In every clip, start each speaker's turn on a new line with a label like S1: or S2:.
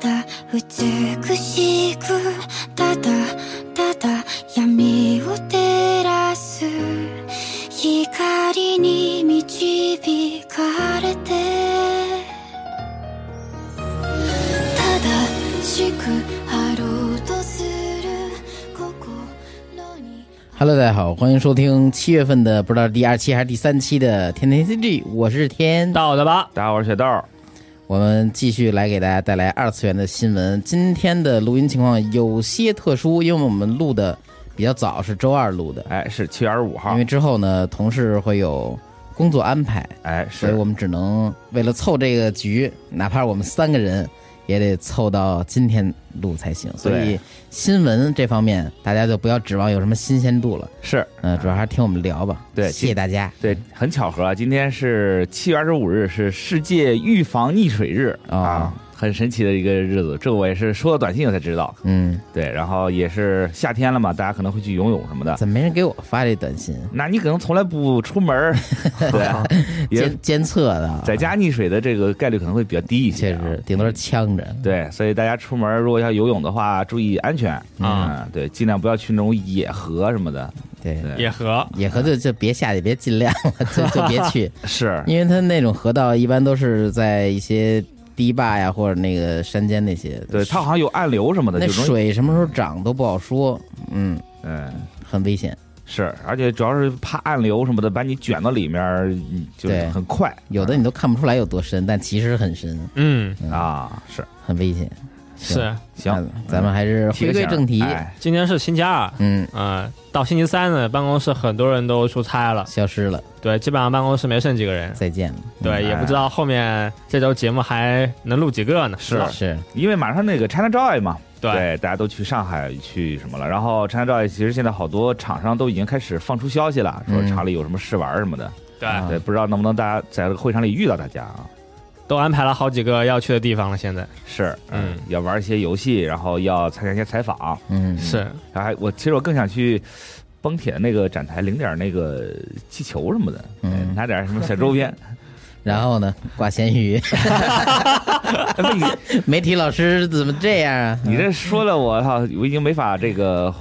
S1: だ美しくただただ闇を照らす光に導かれて正しくあろうとする心に
S2: Hello，大家好，欢迎收听七月份的不知道是第二期还是第三期的天天 CG，我是天。
S3: 到的吧？
S4: 大家好，我是雪豆儿。
S2: 我们继续来给大家带来二次元的新闻。今天的录音情况有些特殊，因为我们录的比较早，是周二录的，
S4: 哎，是七月二十五号
S2: 因为。之后呢，同事会有工作安排，
S4: 哎，
S2: 所以
S4: 是
S2: 我们只能为了凑这个局，哪怕我们三个人。也得凑到今天录才行，所以
S4: 对
S2: 新闻这方面大家就不要指望有什么新鲜度了，
S4: 是，
S2: 嗯、主要还是听我们聊吧。
S4: 对
S2: 谢谢大家。
S4: 对，很巧合啊，今天是七月二十五日，是世界预防溺水日、
S2: 哦
S4: 啊，很神奇的一个日子。这我也是收到短信我才知道。
S2: 嗯，
S4: 对，然后也是夏天了嘛，大家可能会去游泳什么的。
S2: 怎么没人给我发这短信？啊
S4: 那你可能从来不出门 儿，对，也
S2: 监监测的啊，
S4: 在家溺水的这个概率可能会比较低一些、
S2: 确
S4: 啊。
S2: 实，顶多是呛着。
S4: 对，所以大家出门儿如果要游泳的话，注意安全
S3: 啊
S4: 嗯对，尽量不要去那种野河什么的。
S2: 对，
S4: 对啊
S3: 野河
S2: 野河就就别下去，别尽量了，就就别 去，
S4: 是，
S2: 因为它那种河道一般都是在一些堤坝呀或者那个山间那些。
S4: 对，它好像有暗流什么的，
S2: 那
S4: 就容易
S2: 水什么时候涨都不好说，嗯，
S4: 嗯，
S2: 很危险。
S4: 是，而且主要是怕暗流什么的把你卷到里面儿，你就
S2: 对
S4: 很快。
S2: 有的你都看不出来有多深，但其实很深，
S3: 嗯，
S4: 啊，是
S2: 很危险。
S3: 是，
S4: 行
S2: 那，咱们还是
S4: 提
S2: 嗯回
S4: 个
S2: 归
S4: 醒儿
S2: 正题。
S4: 哎
S3: 今天是星期二，
S2: 嗯，
S3: 嗯，到星期三呢，办公室很多人都出差了，
S2: 消失了，
S3: 对，基本上办公室没剩几个人，
S2: 再见了。
S3: 对，也不知道后面这周节目还能录几个呢，
S4: 是
S2: 嗯是，
S4: 因为马上那个 China Joy 嘛，
S3: 对，
S4: 大家都去上海去什么了。然后 China Joy 其实现在好多厂商都已经开始放出消息了，说
S2: 嗯
S4: 厂里有什么试玩什么的。
S3: 对，
S2: 啊
S4: 对，不知嗯道能不能大家在会场里遇到大家啊？
S3: 都安排了好几个要去的地方了，现在
S4: 是，
S3: 嗯，
S4: 要玩一些游戏，然后要参加一些采访，
S2: 嗯，
S3: 是，
S4: 然后还我其实我更想去崩铁那个展台领点那个气球什么的，
S2: 嗯
S4: 哎拿点什么小 周边。
S2: 然后呢，挂咸鱼。
S4: 哎你
S2: 媒体老师怎么这样啊？
S4: 你这说了我操，我已经没法这个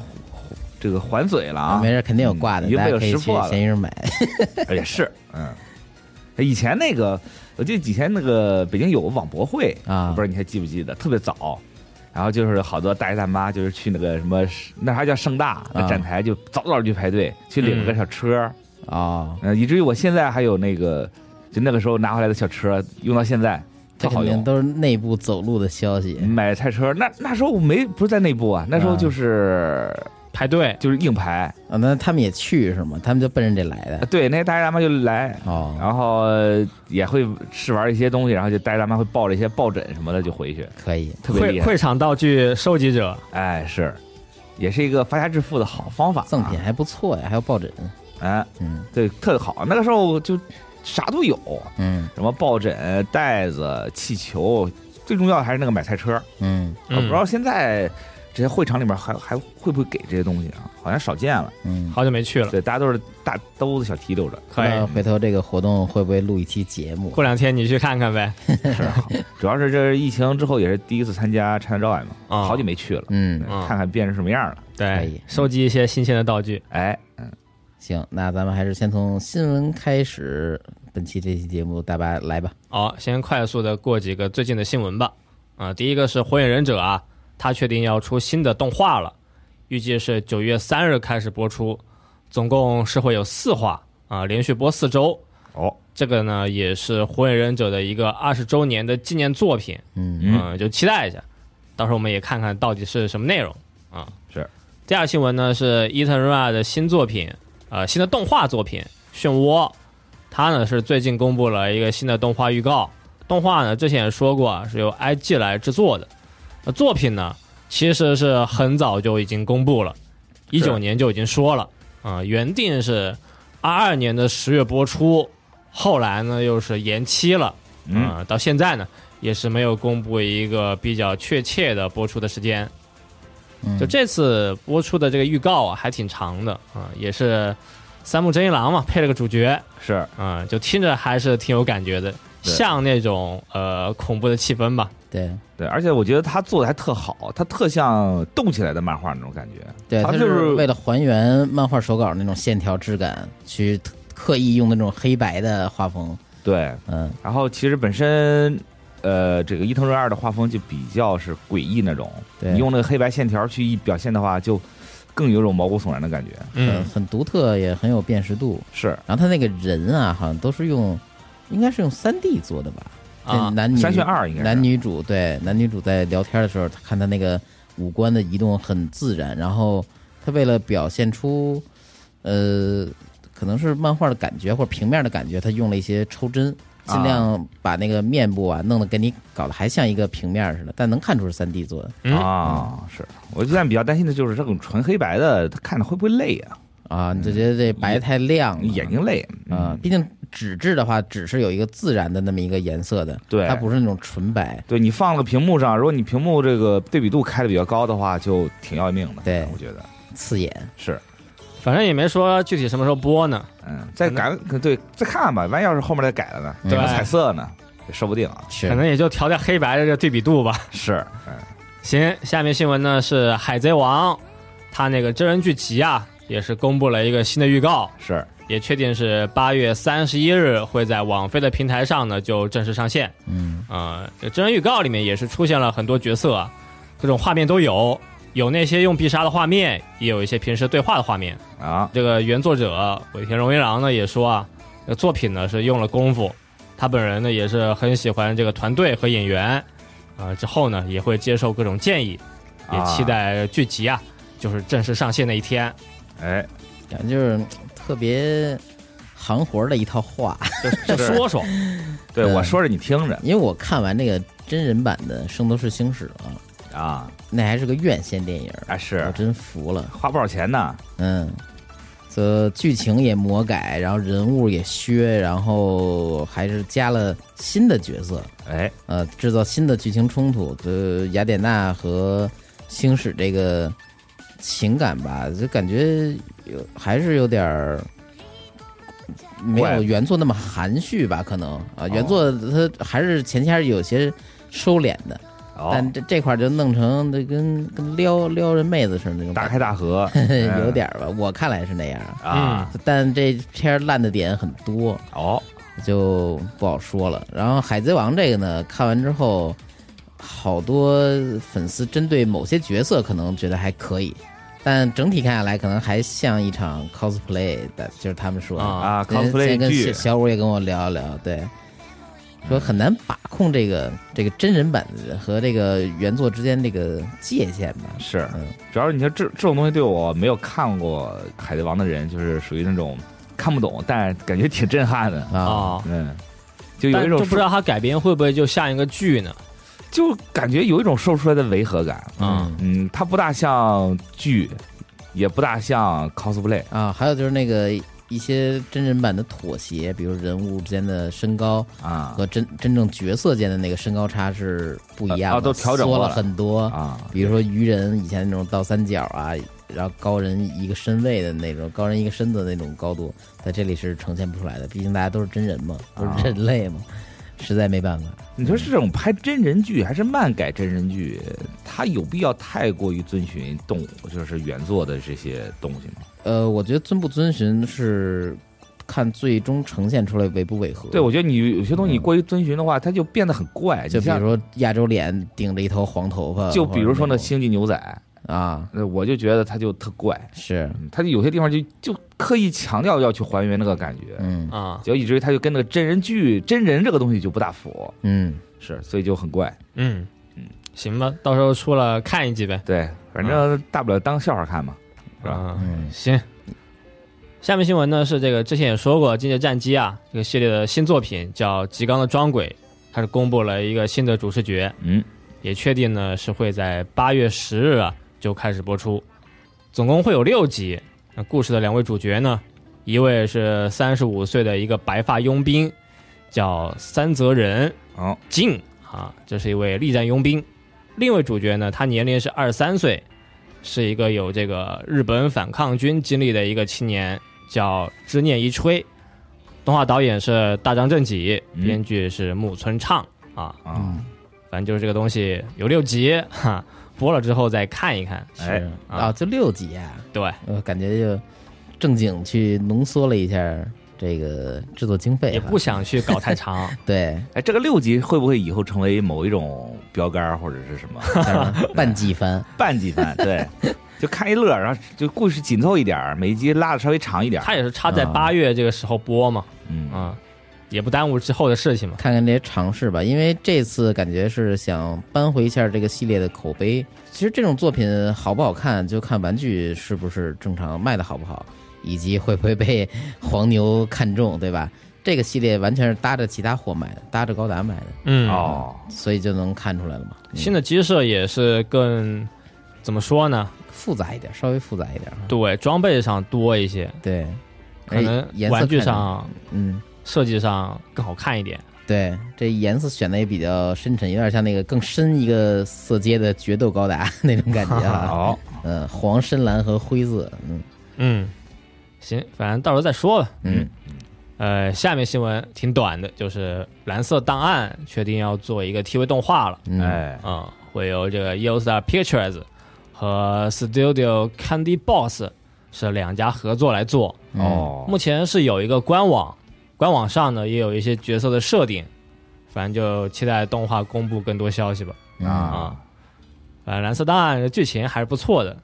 S4: 这个还嘴了啊！
S2: 没事，肯定有挂
S4: 嗯
S2: 的，
S4: 已经
S2: 大
S4: 被
S2: 家
S4: 我
S2: 可以
S4: 识
S2: 去
S4: 破了
S2: 闲鱼上买。
S4: 哎也是，嗯，以前那个我记得以前那个北京有个网博会
S2: 啊
S4: 我不知道你还记不记得，特别早。然后就是好多大爷大妈，就是去那个什么，那还叫盛大那
S2: 啊
S4: 展台，就早早去排队，去领个
S3: 嗯
S4: 小车，
S2: 哦，
S4: 呃，以至于我现在还有那个，就那个时候拿回来的小车，用到现在
S2: 这
S4: 特好啊嗯
S2: 肯定
S4: 用。
S2: 都是内部走路的消息。
S4: 买菜车，那那时候我没不是在内部啊，那时候就是、
S3: 排队，
S4: 就是硬排，
S2: 啊，那他们也去是吗？他们就奔着这来
S4: 呃
S2: 的。
S4: 对，那些大爷大妈就来，
S2: 哦，
S4: 然后呃也会试玩一些东西，然后就大爷大妈会抱着一些抱枕什么的就回去，
S2: 可以，
S4: 特别厉
S3: 会
S4: 害。
S3: 会场道具收集者，
S4: 哎，是，也是一个发家致富的好方法、啊
S2: 赠品，还不错呀，还有抱枕。
S4: 哎，
S2: 嗯
S4: 对，特好。那个时候就啥都有，
S2: 嗯
S4: 什么抱枕、袋子、气球，最重要的还是那个买菜车。
S2: 嗯
S4: 我不知
S3: 嗯，
S4: 道现在这些会场里面还还会不会给这些东西啊？好像少见了。
S2: 嗯。
S3: 好久没去了，
S4: 对，大家都是大兜子小提溜着，
S2: 不
S3: 可
S2: 知
S3: 以
S2: 道回头这个活动会不会录一期节目？
S3: 过两天你去看看呗，
S4: 是好主要是这疫情之后也是第一次参加 China Joy 嘛，
S3: 啊
S4: 好久没去了，
S2: 嗯
S4: 对，
S3: 嗯
S4: 看看变成什么样了。
S2: 可
S3: 对
S2: 以，
S3: 收集一些新鲜的道具，
S4: 哎，嗯，
S2: 行，那咱们还是先从新闻开始。本期这期节目，大巴来吧。
S3: 好、先快速的过几个最近的新闻吧。啊、第一个是《火影忍者》啊，它确定要出新的动画了，预计是九月三日开始播出，总共是会有四话啊、连续播四周。
S4: 哦，
S3: 这个呢也是《火影忍者》的一个二十周年的纪念作品，
S2: 嗯
S3: 嗯、就期待一下，到时候我们也看看到底是什么内容啊。
S4: 是。
S3: 第二新闻呢是伊藤润二的新作品，呃，新的动画作品《漩涡》，它呢是最近公布了一个新的动画预告。动画呢之前也说过啊，是由 IG 来制作的。那作品呢其实是很早就已经公布了，一九年就已经说了啊、原定是二二年的十月播出，后来呢又是延期了。
S4: 嗯，
S3: 啊、到现在呢也是没有公布一个比较确切的播出的时间。
S2: 嗯
S3: 就这次播出的这个预告啊，还挺长的啊、也是三木真一郎嘛配了个主角
S4: 是
S3: 啊、就听着还是挺有感觉的。
S4: 对
S3: 像那种呃恐怖的气氛吧。
S2: 对
S4: 对，而且我觉得他做的还特好，他特像动起来的漫画那种感觉。
S2: 对，
S4: 他
S2: 它
S4: 就是
S2: 为了还原漫画手稿那种线条质感，去特刻意用那种黑白的画风，
S4: 对，
S2: 嗯，
S4: 然后其实本身，呃，这个伊藤润二的画风就比较是诡异那种，
S2: 对
S4: 你用那个黑白线条去一表现的话，就更有种毛骨悚然的感觉。
S2: 很
S3: 嗯，
S2: 很独特，也很有辨识度。
S4: 是
S2: 然后他那个人啊，好像都是用，应该是用三 D 做的吧？
S3: 啊
S2: 这男女
S4: 三选二应该是
S2: 男女主对男女主在聊天的时候，他看他那个五官的移动很自然，然后他为了表现出，呃，可能是漫画的感觉或者平面的感觉，他用了一些抽帧，
S4: 啊
S2: 尽量把那个面部啊弄得跟你搞得还像一个平面似的，但能看出是三 D 做的
S3: 嗯
S4: 啊，是我现在比较担心的就是这种纯黑白的，他看着会不会累啊？
S2: 啊，你就觉得这白太亮了，
S4: 眼睛累
S2: 啊、
S4: 嗯
S2: 毕竟纸质的话，纸是有一个自然的那么一个颜色的，
S4: 对
S2: 它不是那种纯白。
S4: 对你放了屏幕上，如果你屏幕这个对比度开的比较高的话，就挺要命的。
S2: 对
S4: 我觉得
S2: 刺眼，
S4: 是，
S3: 反正也没说具体什么时候播呢。
S4: 嗯，再改对，再看吧，万一要是后面再改了呢，
S2: 对
S4: 整个彩色呢，也说不定 啊。
S2: 是
S3: 可能也就调调黑白的这对比度吧。
S4: 是，嗯，
S3: 行，下面新闻呢是《海贼王》，它那个真人剧集啊，也是公布了一个新的预告，
S4: 是，
S3: 也确定是八月三十一日会在网飞的平台上呢就正式上线。
S2: 嗯，
S3: 呃，这真人预告里面也是出现了很多角色啊，各种画面都有，有那些用必杀的画面，也有一些平时对话的画面。
S4: 啊，
S3: 这个原作者尾田荣一郎呢也说啊，这个作品呢是用了功夫，他本人呢也是很喜欢这个团队和演员，啊、之后呢也会接受各种建议，也
S4: 啊
S3: 期待剧集啊就是正式上线那一天，
S4: 哎，
S2: 感觉就是嗯特别行活儿的一套话。
S3: 就是说说，
S4: 对
S2: 嗯
S4: 我说着你听着
S2: 因为我看完那个真人版的《圣斗士星矢》啊，
S4: 啊，
S2: 那还是个院线电影儿，
S4: 啊
S2: 我
S4: 是
S2: 真服了。
S4: 花不少钱呢，
S2: 嗯，这剧情也魔改，然后人物也削，然后还是加了新的角色，
S4: 哎，
S2: 呃，制造新的剧情冲突。呃，雅典娜和星矢这个情感吧，就感觉有还是有点儿没
S4: 怪哦
S2: 有原作那么含蓄吧？可能啊，原作它还是前期还是有些收敛的，
S4: 哦，
S2: 但这这块儿就弄成这跟跟撩撩人妹子似的那种
S4: 大
S2: 感
S4: 开大合，
S2: 觉，
S4: 嗯
S2: 有点儿吧？我看来是那样儿。
S3: 嗯
S4: 啊，
S2: 但这片儿烂的点很多，
S4: 哦，
S2: 就不好说了。然后《海贼王》这个呢，看完之后，好多粉丝针对某些角色可能觉得还可以，但整体看下来，可能还像一场 cosplay 的，就是他们说的
S3: 啊
S4: 啊
S2: 今天今天
S4: ，cosplay
S2: 跟
S4: 剧
S2: 小，小五也跟我聊一聊，对，说很难把控这个这个真人版和这个原作之间这个界限吧。
S4: 是
S2: 嗯，
S4: 主要是你说这这种东西对我没有看过《海贼王》的人，就是属于那种看不懂，但感觉挺震撼的，
S2: 啊，
S3: 啊。
S4: 嗯，就有
S3: 但
S4: 一
S3: 就
S4: 种
S3: 不知
S4: 说
S3: 道它改编会不会就像一个剧呢？
S4: 就感觉有一种说不出来的违和感，
S3: 嗯
S4: 嗯，它不大像剧，也不大像 cosplay，
S2: 啊，还有就是那个一些真人版的妥协，比如人物之间的身高。
S4: 啊
S2: 和真真正角色间的那个身高差是不一样的，
S4: 啊都调整
S2: 缩
S4: 过
S2: 了
S4: 了
S2: 很多。
S4: 啊，
S3: 嗯
S2: 比如说鱼人以前那种倒三角啊，然后高人一个身位的那种，高人一个身子的那种高度，在这里是呈现不出来的。毕竟大家都是真人嘛，都
S4: 啊
S2: 是人类嘛，实在没办法。
S4: 你说是这种拍真人剧还是漫改真人剧，它有必要太过于遵循动物就是原作的这些东西吗？
S2: 呃，我觉得遵不遵循是看最终呈现出来违不违和。
S4: 对，我觉得你有些东西你过于遵循的话，它就变得很怪。
S2: 就
S4: 你
S2: 比如
S4: 像，
S2: 说亚洲脸顶着一头黄头发，
S4: 就比如说呢，
S2: 或
S4: 《
S2: 者
S4: 星际牛仔
S2: 那种啊》，
S4: 呃我就觉得它就特怪，
S2: 是
S4: 嗯它就有些地方就就刻意强调要去还原那个感觉，
S2: 嗯
S3: 啊，
S4: 就以至于它就跟那个真人剧、真人这个东西就不大符，
S2: 嗯
S4: 是，所以就很怪。
S3: 嗯行吧，到时候出了看一集呗。
S4: 对，反正大不了当笑话看嘛。是吧
S3: 啊，
S2: 嗯
S3: 行。下面新闻呢是这个之前也说过，《进阶战机》啊这个系列的新作品叫《吉冈的装鬼》，它是公布了一个新的主视觉，
S4: 嗯，
S3: 也确定呢是会在八月十日啊就开始播出，总共会有六集。那故事的两位主角呢，一位是三十五岁的一个白发佣兵，叫三泽仁，
S4: 好、
S3: 静啊，这是一位力战佣兵。另一位主角呢，他年龄是二十三岁，是一个有这个日本反抗军经历的一个青年，叫知念一吹。动画导演是大张正己，
S4: 嗯
S3: 编剧是木村畅啊。
S4: 啊，
S3: 反正就是这个东西有六集哈，播了之后再看一看。
S4: 哎
S2: 是
S3: 啊
S2: 啊，就六集啊，
S3: 对，
S2: 我感觉就正经去浓缩了一下这个制作经费哈，
S3: 也不想去搞 太长，
S2: 对，
S4: 哎，这个六级会不会以后成为某一种标杆儿或者是什么
S3: 啊
S2: 叫什么半季 番，
S4: 半级番？对，就看一乐儿，然后就故事紧凑一点儿，每一集拉的稍微长一点儿。
S3: 它也是插在
S2: 啊
S3: 八月这个时候播嘛，
S4: 嗯
S3: 啊，也不耽误之后的事情嘛。
S2: 看看这些尝试吧，因为这次感觉是想扳回一下这个系列的口碑。其实这种作品好不好看，就看玩具是不是正常卖的好不好，以及会不会被黄牛看中，对吧？这个系列完全是搭着其他货买的，搭着高达买的，
S3: 嗯，
S4: 哦，
S2: 所以就能看出来了嘛。嗯
S3: 新的鸡舍也是更怎么说呢？
S2: 复杂一点，稍微复杂一点啊。
S3: 对，装备上多一些，
S2: 对，
S3: 可能
S2: 而哎且颜色
S3: 玩具
S2: 看着，
S3: 上、
S2: 嗯，
S3: 设计上更好看一点。
S2: 对，这颜色选的也比较深沉，有点像那个更深一个色阶的决斗高达那种感觉啊。
S4: 好，
S2: 嗯，黄、深蓝和灰色，嗯
S3: 嗯，行，反正到时候再说吧。
S2: 嗯，
S3: 呃，下面新闻挺短的，就是《蓝色档案》确定要做一个 TV 动画了，
S2: 嗯，
S4: 哎，
S3: 嗯，会由这个 e o s t a Pictures 和 Studio Candy Boss 是两家合作来做。
S2: 嗯
S4: 哦，
S3: 目前是有一个官网，官网上呢也有一些角色的设定，反正就期待动画公布更多消息吧。
S2: 嗯
S4: 啊，
S3: 反正《蓝色档案》的剧情还是不错的，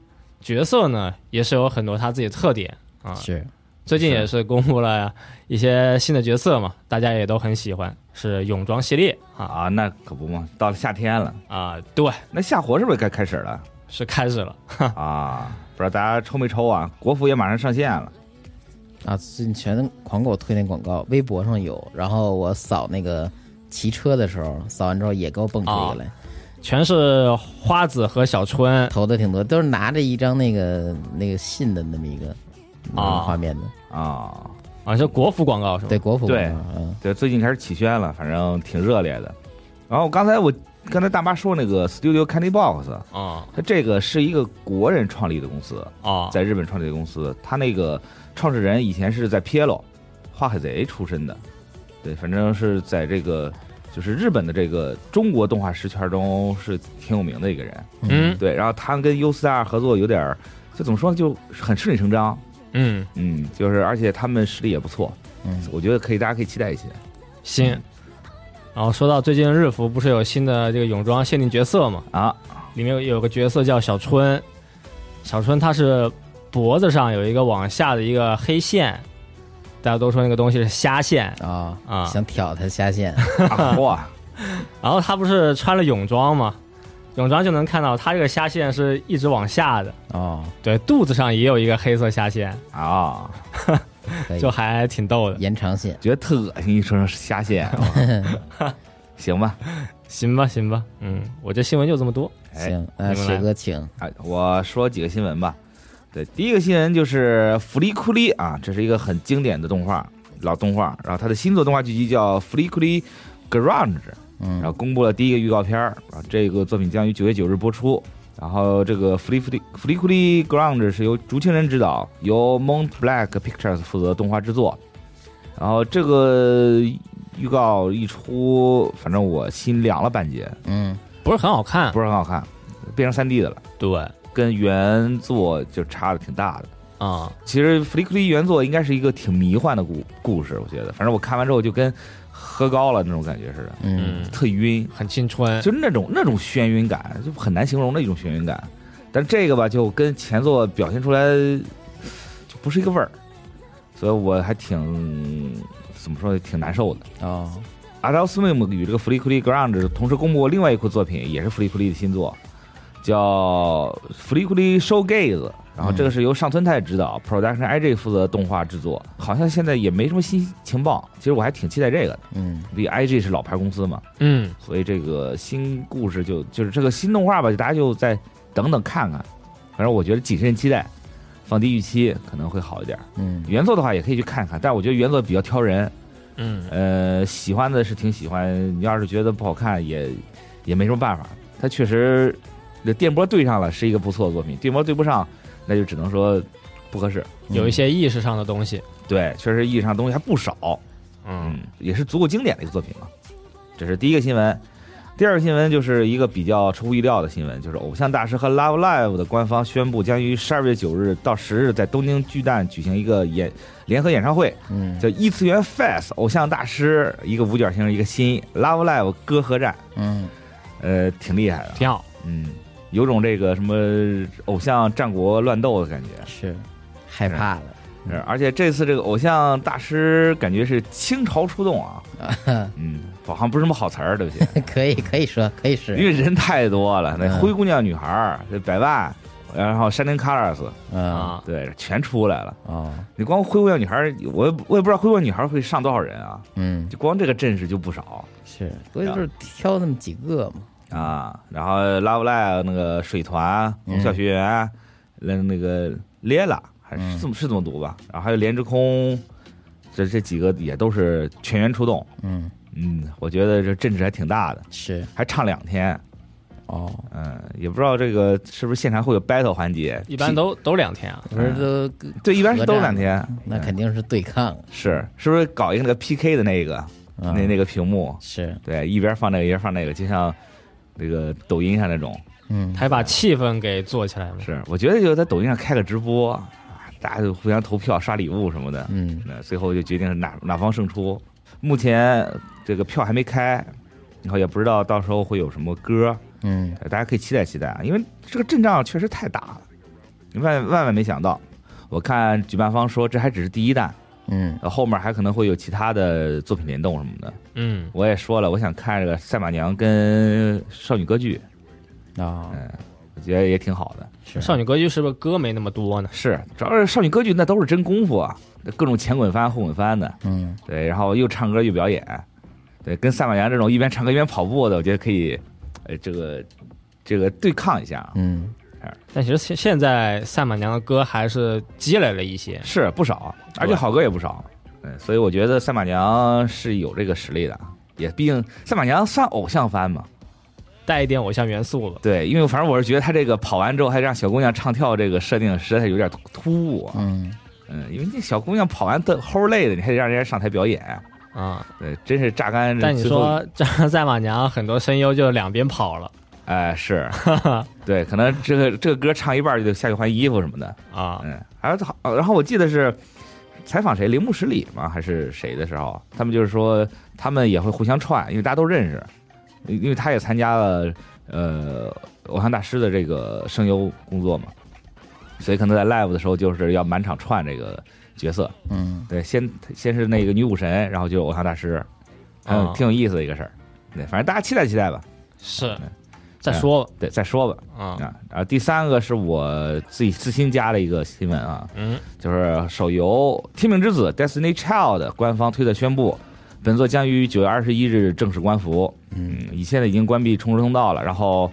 S3: 角色呢也是有很多他自己的特点啊。
S2: 是，
S3: 最近也是公布了一些新的角色嘛，大家也都很喜欢，是泳装系列啊
S4: 啊，那可不嘛，到了夏天了，
S3: 啊，对，
S4: 那夏活是不是该开始了
S3: 是开始了。
S4: 啊？不知道大家抽没抽啊？国服也马上上线了，
S2: 啊，最近全狂给我推那广告，微博上有，然后我扫那个骑车的时候，扫完之后也给我蹦出一个来，
S4: 啊
S3: 全是花子和小春，
S2: 投的挺多，都是拿着一张那个那个信的那么一个那
S3: 啊
S2: 个画面的，
S4: 啊，
S3: 啊，是国服广告是吗？
S2: 对，国服
S4: 对
S2: 广告嗯
S4: 对，最近开始起宣了，反正挺热烈的。然后刚才我刚才大妈说那个 Studio Candy Box，
S3: 啊
S4: 它这个是一个国人创立的公司，
S3: 啊
S4: 在日本创立的公司，它那个创始人以前是在 PL 花海贼出身的，对，反正是在这个就是日本的这个中国动画师圈中是挺有名的一个人，
S3: 嗯
S4: 对。然后他跟 U Star 合作有点儿，就怎么说呢，就很顺理成章，
S3: 嗯，
S4: 嗯，就是而且他们实力也不错，
S2: 嗯，
S4: 我觉得可以，大家可以期待一些。
S3: 新。然后说到最近日服不是有新的这个泳装限定角色嘛？
S4: 啊，
S3: 里面有有个角色叫小春，小春她是脖子上有一个往下的一个黑线，大家都说那个东西是虾线
S2: 啊
S3: 啊。
S2: 想挑他下 线，
S4: 啊哇，
S3: 然后她不是穿了泳装嘛，泳装就能看到她这个虾线是一直往下的，
S2: 哦，
S3: 对，肚子上也有一个黑色虾线，
S4: 啊，
S2: 可以
S3: 就还挺逗的。
S2: 延长线，
S4: 觉得特恶心，一说成虾线，行吧？
S3: 行吧，行吧，嗯，我这新闻就这么多。
S4: 哎
S2: 行，
S3: 你
S2: 呃，
S3: 们来
S2: 水哥请，
S4: 哎，我说几个新闻吧。对，第一个新闻就是《弗利库利》啊，这是一个很经典的动画，老动画。然后它的新作动画剧集叫《弗利库利 Garage》，
S2: 嗯
S4: 然后公布了第一个预告片儿啊，这个作品将于九月九日播出。然后这个《弗利弗利弗利库利 Ground》是由竹青人执导，由 Mont Black Pictures 负责动画制作。然后这个预告一出，反正我心凉了半截，
S2: 嗯
S3: 不是很好看，啊
S4: 不是很好看，变成3 D 的了，
S3: 对，
S4: 跟原作就差的挺大的。
S3: 啊、
S4: 其实《弗利库利》原作应该是一个挺迷幻的故故事，我觉得，反正我看完之后就跟喝高了那种感觉似的，
S2: 嗯
S3: 嗯，
S4: 特晕。
S3: 很青春，
S4: 就是那种那种眩晕感，就很难形容的一种眩晕感。但这个吧，就跟前作表现出来就不是一个味儿，所以我还挺怎么说，挺难受的。
S2: 哦，
S4: Adult Swim 与这个《弗利库利 Ground》同时公布另外一部作品，也是弗利库利的新作，叫《弗利库利 Show Gaze》。然后这个是由上村泰执导，Production IG 负责动画制作。好像现在也没什么新情报，其实我还挺期待这个的。
S2: 嗯
S4: 毕竟 IG 是老牌公司嘛，
S3: 嗯，
S4: 所以这个新故事就就是这个新动画吧，大家就再等等看看。反正我觉得谨慎期待，放低预期可能会好一点。
S2: 嗯
S4: 原作的话也可以去看看，但我觉得原作比较挑人，
S3: 嗯，
S4: 呃，喜欢的是挺喜欢，你要是觉得不好看也也没什么办法。它确实，那电波对上了是一个不错的作品，电波对不上，那就只能说不合适。
S3: 有一些意识上的东西，
S4: 对，确实意义上的东西还不少，嗯，也是足够经典的一个作品嘛。这是第一个新闻，第二个新闻就是一个比较出乎意料的新闻，就是《偶像大师》和《Love Live》的官方宣布将于十二月九日到十日在东京巨蛋举行一个演联合演唱会，
S2: 嗯
S4: 叫异次元 Fest 偶像大师，一个五角星，一个新 Love Live 歌合战，
S2: 嗯，
S4: 呃，挺厉害的，
S3: 挺好。
S4: 嗯，有种这个什么偶像战国乱斗的感觉。
S2: 是害怕了，
S4: 是，而且这次这个偶像大师感觉是倾巢出动啊，嗯，好像不是什么好词儿，对不起，
S2: 可以可以说可以
S4: 因
S2: 是，
S4: 为人太多了，那
S2: 嗯
S4: 灰姑娘女孩儿、这百万，然后山林 colors，
S2: 嗯
S3: 啊，
S4: 对，全出来了。
S2: 哦
S4: 你光灰姑娘女孩儿，我也我也不知道灰姑娘女孩儿会上多少人啊，
S2: 嗯
S4: 就光这个阵势就不少
S2: 是，所以就是挑那么几个嘛，
S4: 啊。然后 Love Live 那个水团、
S2: 嗯
S4: 龙校学员，那、那个 Lela 还是
S2: 嗯
S4: 这么、是这么读吧？然后还有莲之空，这这几个也都是全员出动。
S2: 嗯
S4: 嗯，我觉得这阵势还挺大的，
S2: 是
S4: 还唱两天。
S2: 哦，
S4: 嗯，也不知道这个是不是现场会有 battle 环节，
S3: 一般都都两天啊，
S2: 不是都
S4: 对，一般是都
S2: 合
S4: 是
S2: 战
S4: 两天。
S2: 那
S4: 嗯
S2: 肯定是对抗，
S4: 是是不是搞一个那个 PK 的那个
S2: 嗯
S4: 那那个屏幕？
S2: 是
S4: 对，一边放那个，一边放那个，就像那个抖音上那种。
S2: 嗯
S3: 还把气氛给做起来嘛。
S4: 是，我觉得就在抖音上开个直播，啊大家就互相投票、刷礼物什么的。
S2: 嗯
S4: 那最后就决定是哪哪方胜出。目前这个票还没开，然后也不知道到时候会有什么歌。
S2: 嗯
S4: 大家可以期待期待啊，因为这个阵仗确实太大了，万万万没想到。我看举办方说这还只是第一弹，
S2: 嗯
S4: 呃后面还可能会有其他的作品联动什么的。
S3: 嗯，
S4: 我也说了，我想看这个赛马娘跟少女歌剧，
S2: 啊
S4: 我觉得也挺好的。
S2: 是
S3: 少女歌剧是不是歌没那么多呢？
S4: 是，主要是少女歌剧那都是真功夫啊，各种前滚翻、后滚翻的，
S2: 嗯
S4: 对，然后又唱歌又表演，对，跟赛马娘这种一边唱歌一边跑步的，我觉得可以，呃，这个这个对抗一下啊。
S2: 嗯
S3: 但其实现现在赛马娘的歌还是积累了一些，
S4: 是不少，而且
S3: 对
S4: 好歌也不少。嗯，所以我觉得赛马娘是有这个实力的，也毕竟赛马娘算偶像番嘛。
S3: 带一点偶像元素吧。
S4: 对，因为反正我是觉得她这个跑完之后还让小姑娘唱跳这个设定实在有点突突兀啊。
S2: 嗯
S4: 嗯，因为那小姑娘跑完的齁累的，你还得让人家上台表演，
S3: 啊、
S4: 对，真是榨
S2: 嗯
S4: 干。
S3: 但你，说这赛马娘很多声优就两边跑了
S4: 哎、 是，对，可能这个这个歌唱一半就得下去换衣服什么的。
S3: 啊，
S4: 嗯，还是好。呃然后我记得是采访谁，铃木十里吗？还是谁的时候，他们就是说他们也会互相串，因为大家都认识，因因为他也参加了呃偶像大师的这个声优工作嘛，所以可能在 live 的时候就是要满场串这个角色。
S2: 嗯
S4: 对，先先是那个女武神，然后就是偶像大师，还有
S3: 啊
S4: 挺有意思的一个事儿。对，反正大家期待期待吧。
S3: 是
S4: 嗯。
S3: 再说吧，
S4: 对，再说吧
S3: 啊，
S2: 嗯
S4: 啊。然后第三个是我自己私心加的一个新闻啊，
S3: 嗯，
S4: 就是手游《天命之子》（Destiny Child） 官方推特宣布，本作将于九月二十一日正式关服。
S2: 嗯
S4: 嗯，你现在已经关闭充值通道了，然后，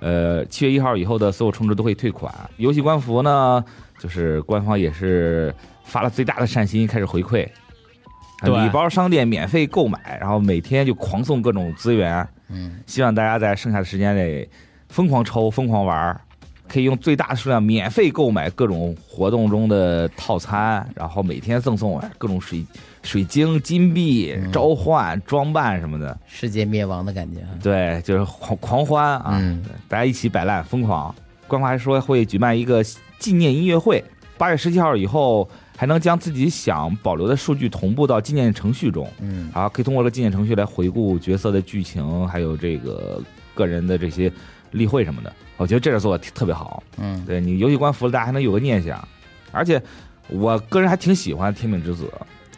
S4: 呃，七月一号以后的所有充值都会退款。游戏关服呢，就是官方也是发了最大的善心，开始回馈，
S3: 对
S4: 礼包商店免费购买，然后每天就狂送各种资源，
S2: 嗯
S4: 希望大家在剩下的时间内疯狂抽、疯狂玩儿，可以用最大的数量免费购买各种活动中的套餐，然后每天赠送各种水水晶、金币、
S2: 嗯
S4: 召唤、装扮什么的。
S2: 世界灭亡的感觉啊
S4: 对，就是狂狂欢啊！
S2: 嗯
S4: 大家一起摆烂疯狂。官方还说会举办一个纪念音乐会，八月十七号以后还能将自己想保留的数据同步到纪念程序中，
S2: 嗯
S4: 然后可以通过这个纪念程序来回顾角色的剧情，还有这个个人的这些例会什么的。我觉得这个做的特别好，
S2: 嗯
S4: 对你游戏官服了，大家还能有个念想，而且我个人还挺喜欢《天命之子》，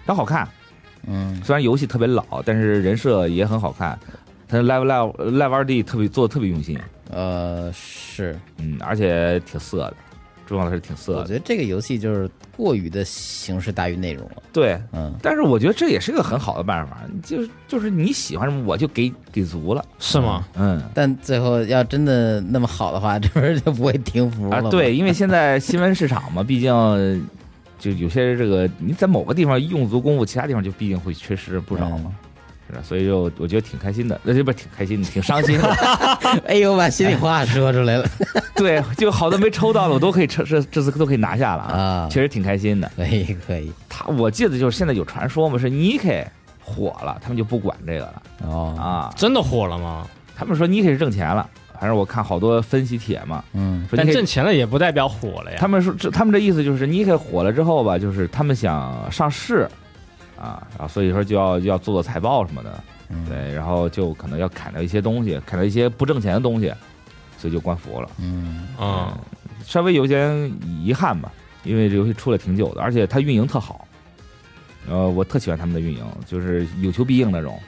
S4: 它好看，
S2: 嗯
S4: 虽然游戏特别老，但是人设也很好看。它的 Live Live Live 二 D 特别做的特别用心，
S2: 呃是，
S4: 嗯，而且挺色的，重要的是挺色
S2: 我
S4: 的。
S2: 觉得这个游戏就是过于的形式大于内容了，
S4: 对，
S2: 嗯
S4: 但是我觉得这也是个很好的办法，就是就是你喜欢什么我就给给足了，
S3: 是吗？
S4: 嗯。
S2: 但最后要真的那么好的话，这不是就不会停服
S4: 啊
S2: 了吗？，
S4: 对，因为现在新闻市场嘛，毕竟就有些这个你在某个地方用足功夫，其他地方就必定会缺失不少嘛，是吧？所以就我觉得挺开心的，呃，这不是挺开心的，挺伤心的。
S2: 哎呦，把心里话说出来了
S4: 对，就好多没抽到的，我都可以抽，这这次都可以拿下了啊，
S2: 啊！
S4: 确实挺开心的。
S2: 可以可以，
S4: 他我记得就是现在有传说嘛，是 Nike 火了，他们就不管这个了
S2: 哦，
S4: 啊。
S3: 真的火了吗？
S4: 他们说你可以挣钱了，反正我看好多分析帖嘛，
S2: 嗯
S4: 说
S3: 但
S4: 你可
S3: 挣
S4: 以。
S3: 钱了也不代表火了呀
S4: 他。们说这，他们这意思就是你可以火了之后吧，就是他们想上市啊，然后所以说就要就要做做财报什么的，
S2: 嗯，
S4: 对，然后就可能要砍掉一些东西，砍掉一些不挣钱的东西，所以就关服了。
S2: 嗯
S3: 嗯，
S4: 稍微有点遗憾吧，因为这游戏出了挺久的，而且它运营特好，呃，我特喜欢他们的运营，就是有求必应那种。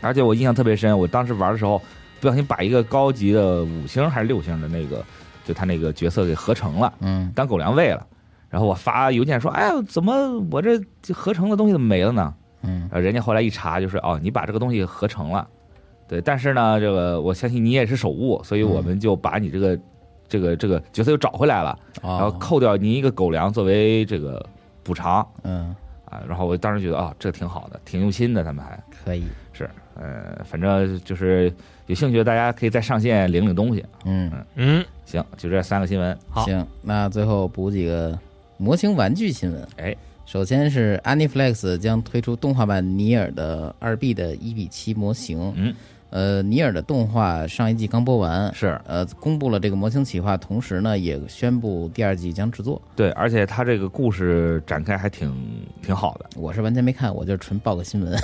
S4: 而且我印象特别深，我当时玩的时候不小心把一个高级的五星还是六星的那个，就他那个角色给合成了，
S2: 嗯
S4: 当狗粮喂了。然后我发邮件说：“哎呀，怎么我这合成的东西怎么没了呢？”
S2: 嗯
S4: 然后人家后来一查，就是哦，你把这个东西合成了，对，但是呢，这个我相信你也是手误，所以我们就把你这个、这个这个角色又找回来了，然后
S2: 哦，
S4: 扣掉您一个狗粮作为这个补偿
S2: 嗯，
S4: 啊。然后我当时觉得啊、这挺好的，挺用心的，他们还
S2: 可以，
S4: 是呃，反正就是有兴趣的大家可以在上线领领东西。
S2: 嗯，
S3: 嗯，
S4: 行，就这三个新闻，
S3: 好
S2: 行，那最后补几个模型玩具新闻。
S4: 哎，
S2: 首先是 Aniflex 将推出动画版《尼尔》的二 B 的一比七模型。
S4: 嗯，
S2: 呃，《尼尔》的动画上一季刚播完，
S4: 是
S2: 呃，公布了这个模型企划，同时呢也宣布第二季将制作。
S4: 对，而且他这个故事展开还挺挺好的。
S2: 我是完全没看，我就是纯报个新 闻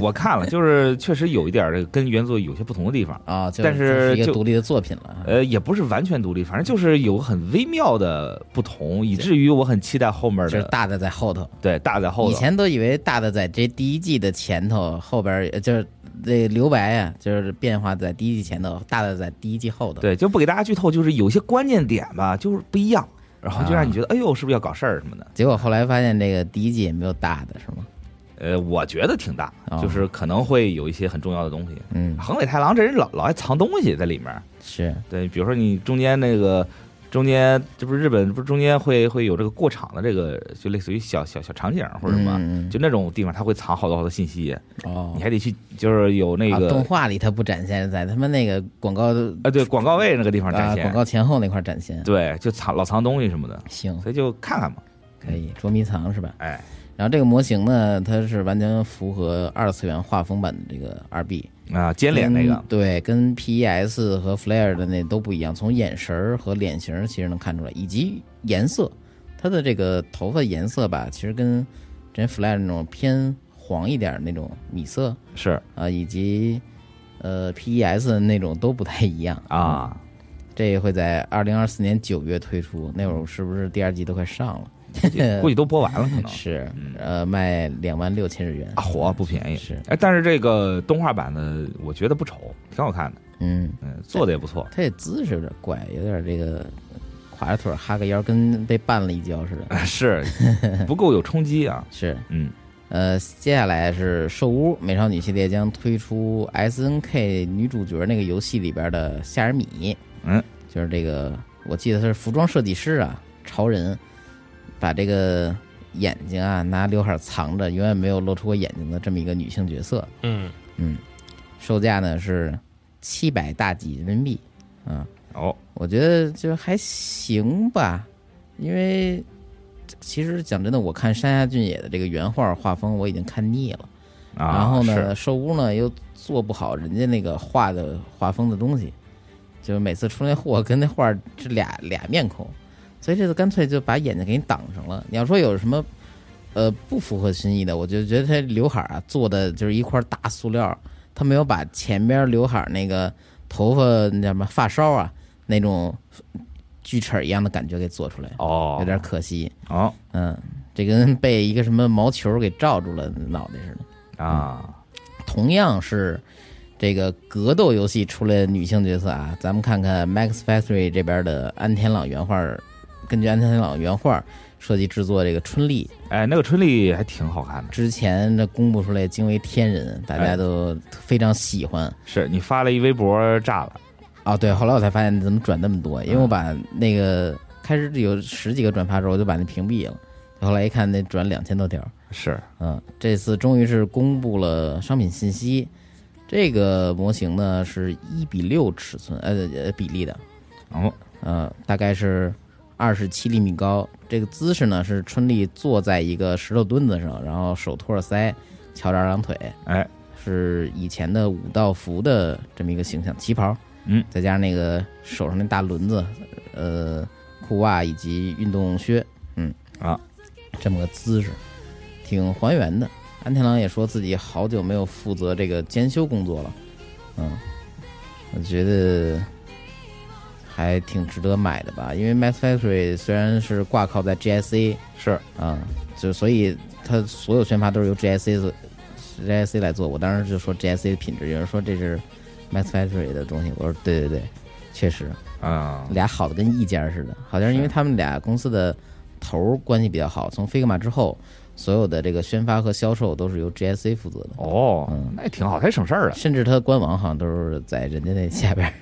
S4: 我看了，就是 确实有一点儿这个跟原作有些不同的地方。
S2: 啊，就
S4: 但是
S2: 这一个
S4: 就
S2: 独立的作品了。
S4: 呃，也不是完全独立，反正就是有很微妙的不同，以至于我很期待后面
S2: 就是
S4: 的
S2: 大的在后头，
S4: 对大在后
S2: 以
S4: 头。
S2: 前都以为大的在这第一季的前头，后边儿呃就是这留白啊，就是变化在第一季前头，大的在第一季后头。
S4: 对，就不给大家剧透，就是有些关键点吧，就是不一样，然后就让你觉得，哎呦，是不是要搞事儿什么的？
S2: 结果后来发现这个第一季也没有大的是吗？
S4: 呃，我觉得挺大
S2: 哦，
S4: 就是可能会有一些很重要的东西。
S2: 嗯，
S4: 横尾太郎这人老老爱藏东西在里面儿，
S2: 是，
S4: 对，比如说你中间那个。中间这不是日本，不是中间会会有这个过场的这个，就类似于小小小场景或者什么，
S2: 嗯嗯嗯
S4: 就那种地方，它会藏好多好多信息，
S2: 哦
S4: 你，还得去，就是有那
S2: 啊、
S4: 个、
S2: 动画里它不展现，在他们那个广告
S4: 啊，对，广告位那个地方
S2: 啊
S4: 展现，
S2: 广告前后那块展现。
S4: 对，就藏老藏东西什么的，
S2: 行，
S4: 所以就看看嘛。
S2: 可以捉迷藏是吧？
S4: 哎，
S2: 然后这个模型呢，它是完全符合二次元画风版的这个二 B
S4: 啊，尖脸那个
S2: 嗯，对，跟 PES 和 Flare 的那都不一样，从眼神儿和脸型儿其实能看出来，以及颜色，它的这个头发颜色吧，其实跟之前 Flare 那种偏黄一点儿那种米色
S4: 是
S2: 啊、以及呃 PES 的那种都不太一样。
S4: 啊，
S2: 这会在二零二四年九月推出，那会儿是不是第二季都快上了？
S4: 估计都播完了，可能
S2: 是，呃，卖两万六千日元
S4: 哦嗯啊，火不便宜。
S2: 是，
S4: 哎，但是这个动画版的，我觉得不丑，挺好看的，
S2: 嗯，
S4: 嗯，做的也 不错。
S2: 他这姿势有点怪，有点这个垮着腿儿哈个腰，跟被绊了一跤似的。
S4: 是不够有冲击啊，
S2: 是，
S4: 嗯，
S2: 呃，接下来是兽屋美少女系列将推出 S N K 女主角那个游戏里边的夏尔米，
S4: 嗯，
S2: 就是这个，我记得她是服装设计师啊，潮人，把这个眼睛啊拿刘海藏着，永远没有露出过眼睛的这么一个女性角色，
S3: 嗯，
S2: 嗯，售价呢是七百大几人民币，啊，
S4: 哦，
S2: 我觉得就还行吧，因为其实讲真的，我看山下俊也的这个原画画风我已经看腻了，
S4: 啊，
S2: 然后
S4: 是
S2: 呢，兽屋呢又做不好人家那个画的画风的东西，就是每次出那货跟那画儿是俩俩面孔，所以这次干脆就把眼睛给你挡上了。你要说有什么？呃，不符合心意的，我就觉得他刘海儿啊做的就是一块大塑料，他没有把前边刘海儿那个头发那叫什么发梢啊那种锯齿儿一样的感觉给做出来，
S4: 哦，
S2: 有点可惜。
S4: 哦
S2: 嗯，这跟被一个什么毛球给罩住了脑袋似的。
S4: 啊，
S2: 同样是这个格斗游戏出来的女性角色啊，咱们看看 Max Factory 这边的安田朗原画，根据安田朗原画设计制作这个春丽，
S4: 哎，那个春丽还挺好看的，
S2: 之前这公布出来惊为天人，大家都非常喜欢。
S4: 是你发了一微博炸了，
S2: 哦，对，后来我才发现怎么转那么多，因为我把那个开始有十几个转发之后，我就把那屏蔽了，后来一看那转两千多条。
S4: 是
S2: 嗯，这次终于是公布了商品信息。这个模型呢是一比六尺寸，呃呃比例的，
S4: 哦，
S2: 呃，大概是二十七厘米高。这个姿势呢是春丽坐在一个石头墩子上，然后手托着腮，翘着二郎腿，
S4: 哎，
S2: 是以前的武道服的这么一个形象，旗袍，
S4: 嗯，
S2: 再加上那个手上那大轮子，呃，裤袜以及运动靴，嗯
S4: 啊，
S2: 这么个姿势，挺还原的。安天郎也说自己好久没有负责这个监修工作了，嗯，我觉得还挺值得买的吧，因为 Mass Factory 虽然是挂靠在 GSA
S4: 是
S2: 啊，就所以它所有宣发都是由 GSA 做 GSA 来做。我当时就说 GSA 的品质，有人说这是 Mass Factory 的东西，我说对对对，确实
S4: 啊，
S2: 俩好的跟一家似的，好像嗯是因为他们俩公司的头儿关系比较好，从 Figma 之后，所有的这个宣发和销售都是由 GSA 负责的。
S4: 哦
S2: 嗯，
S4: 那也挺好，太省事儿了
S2: 甚至它的官网好像都是在人家那下边儿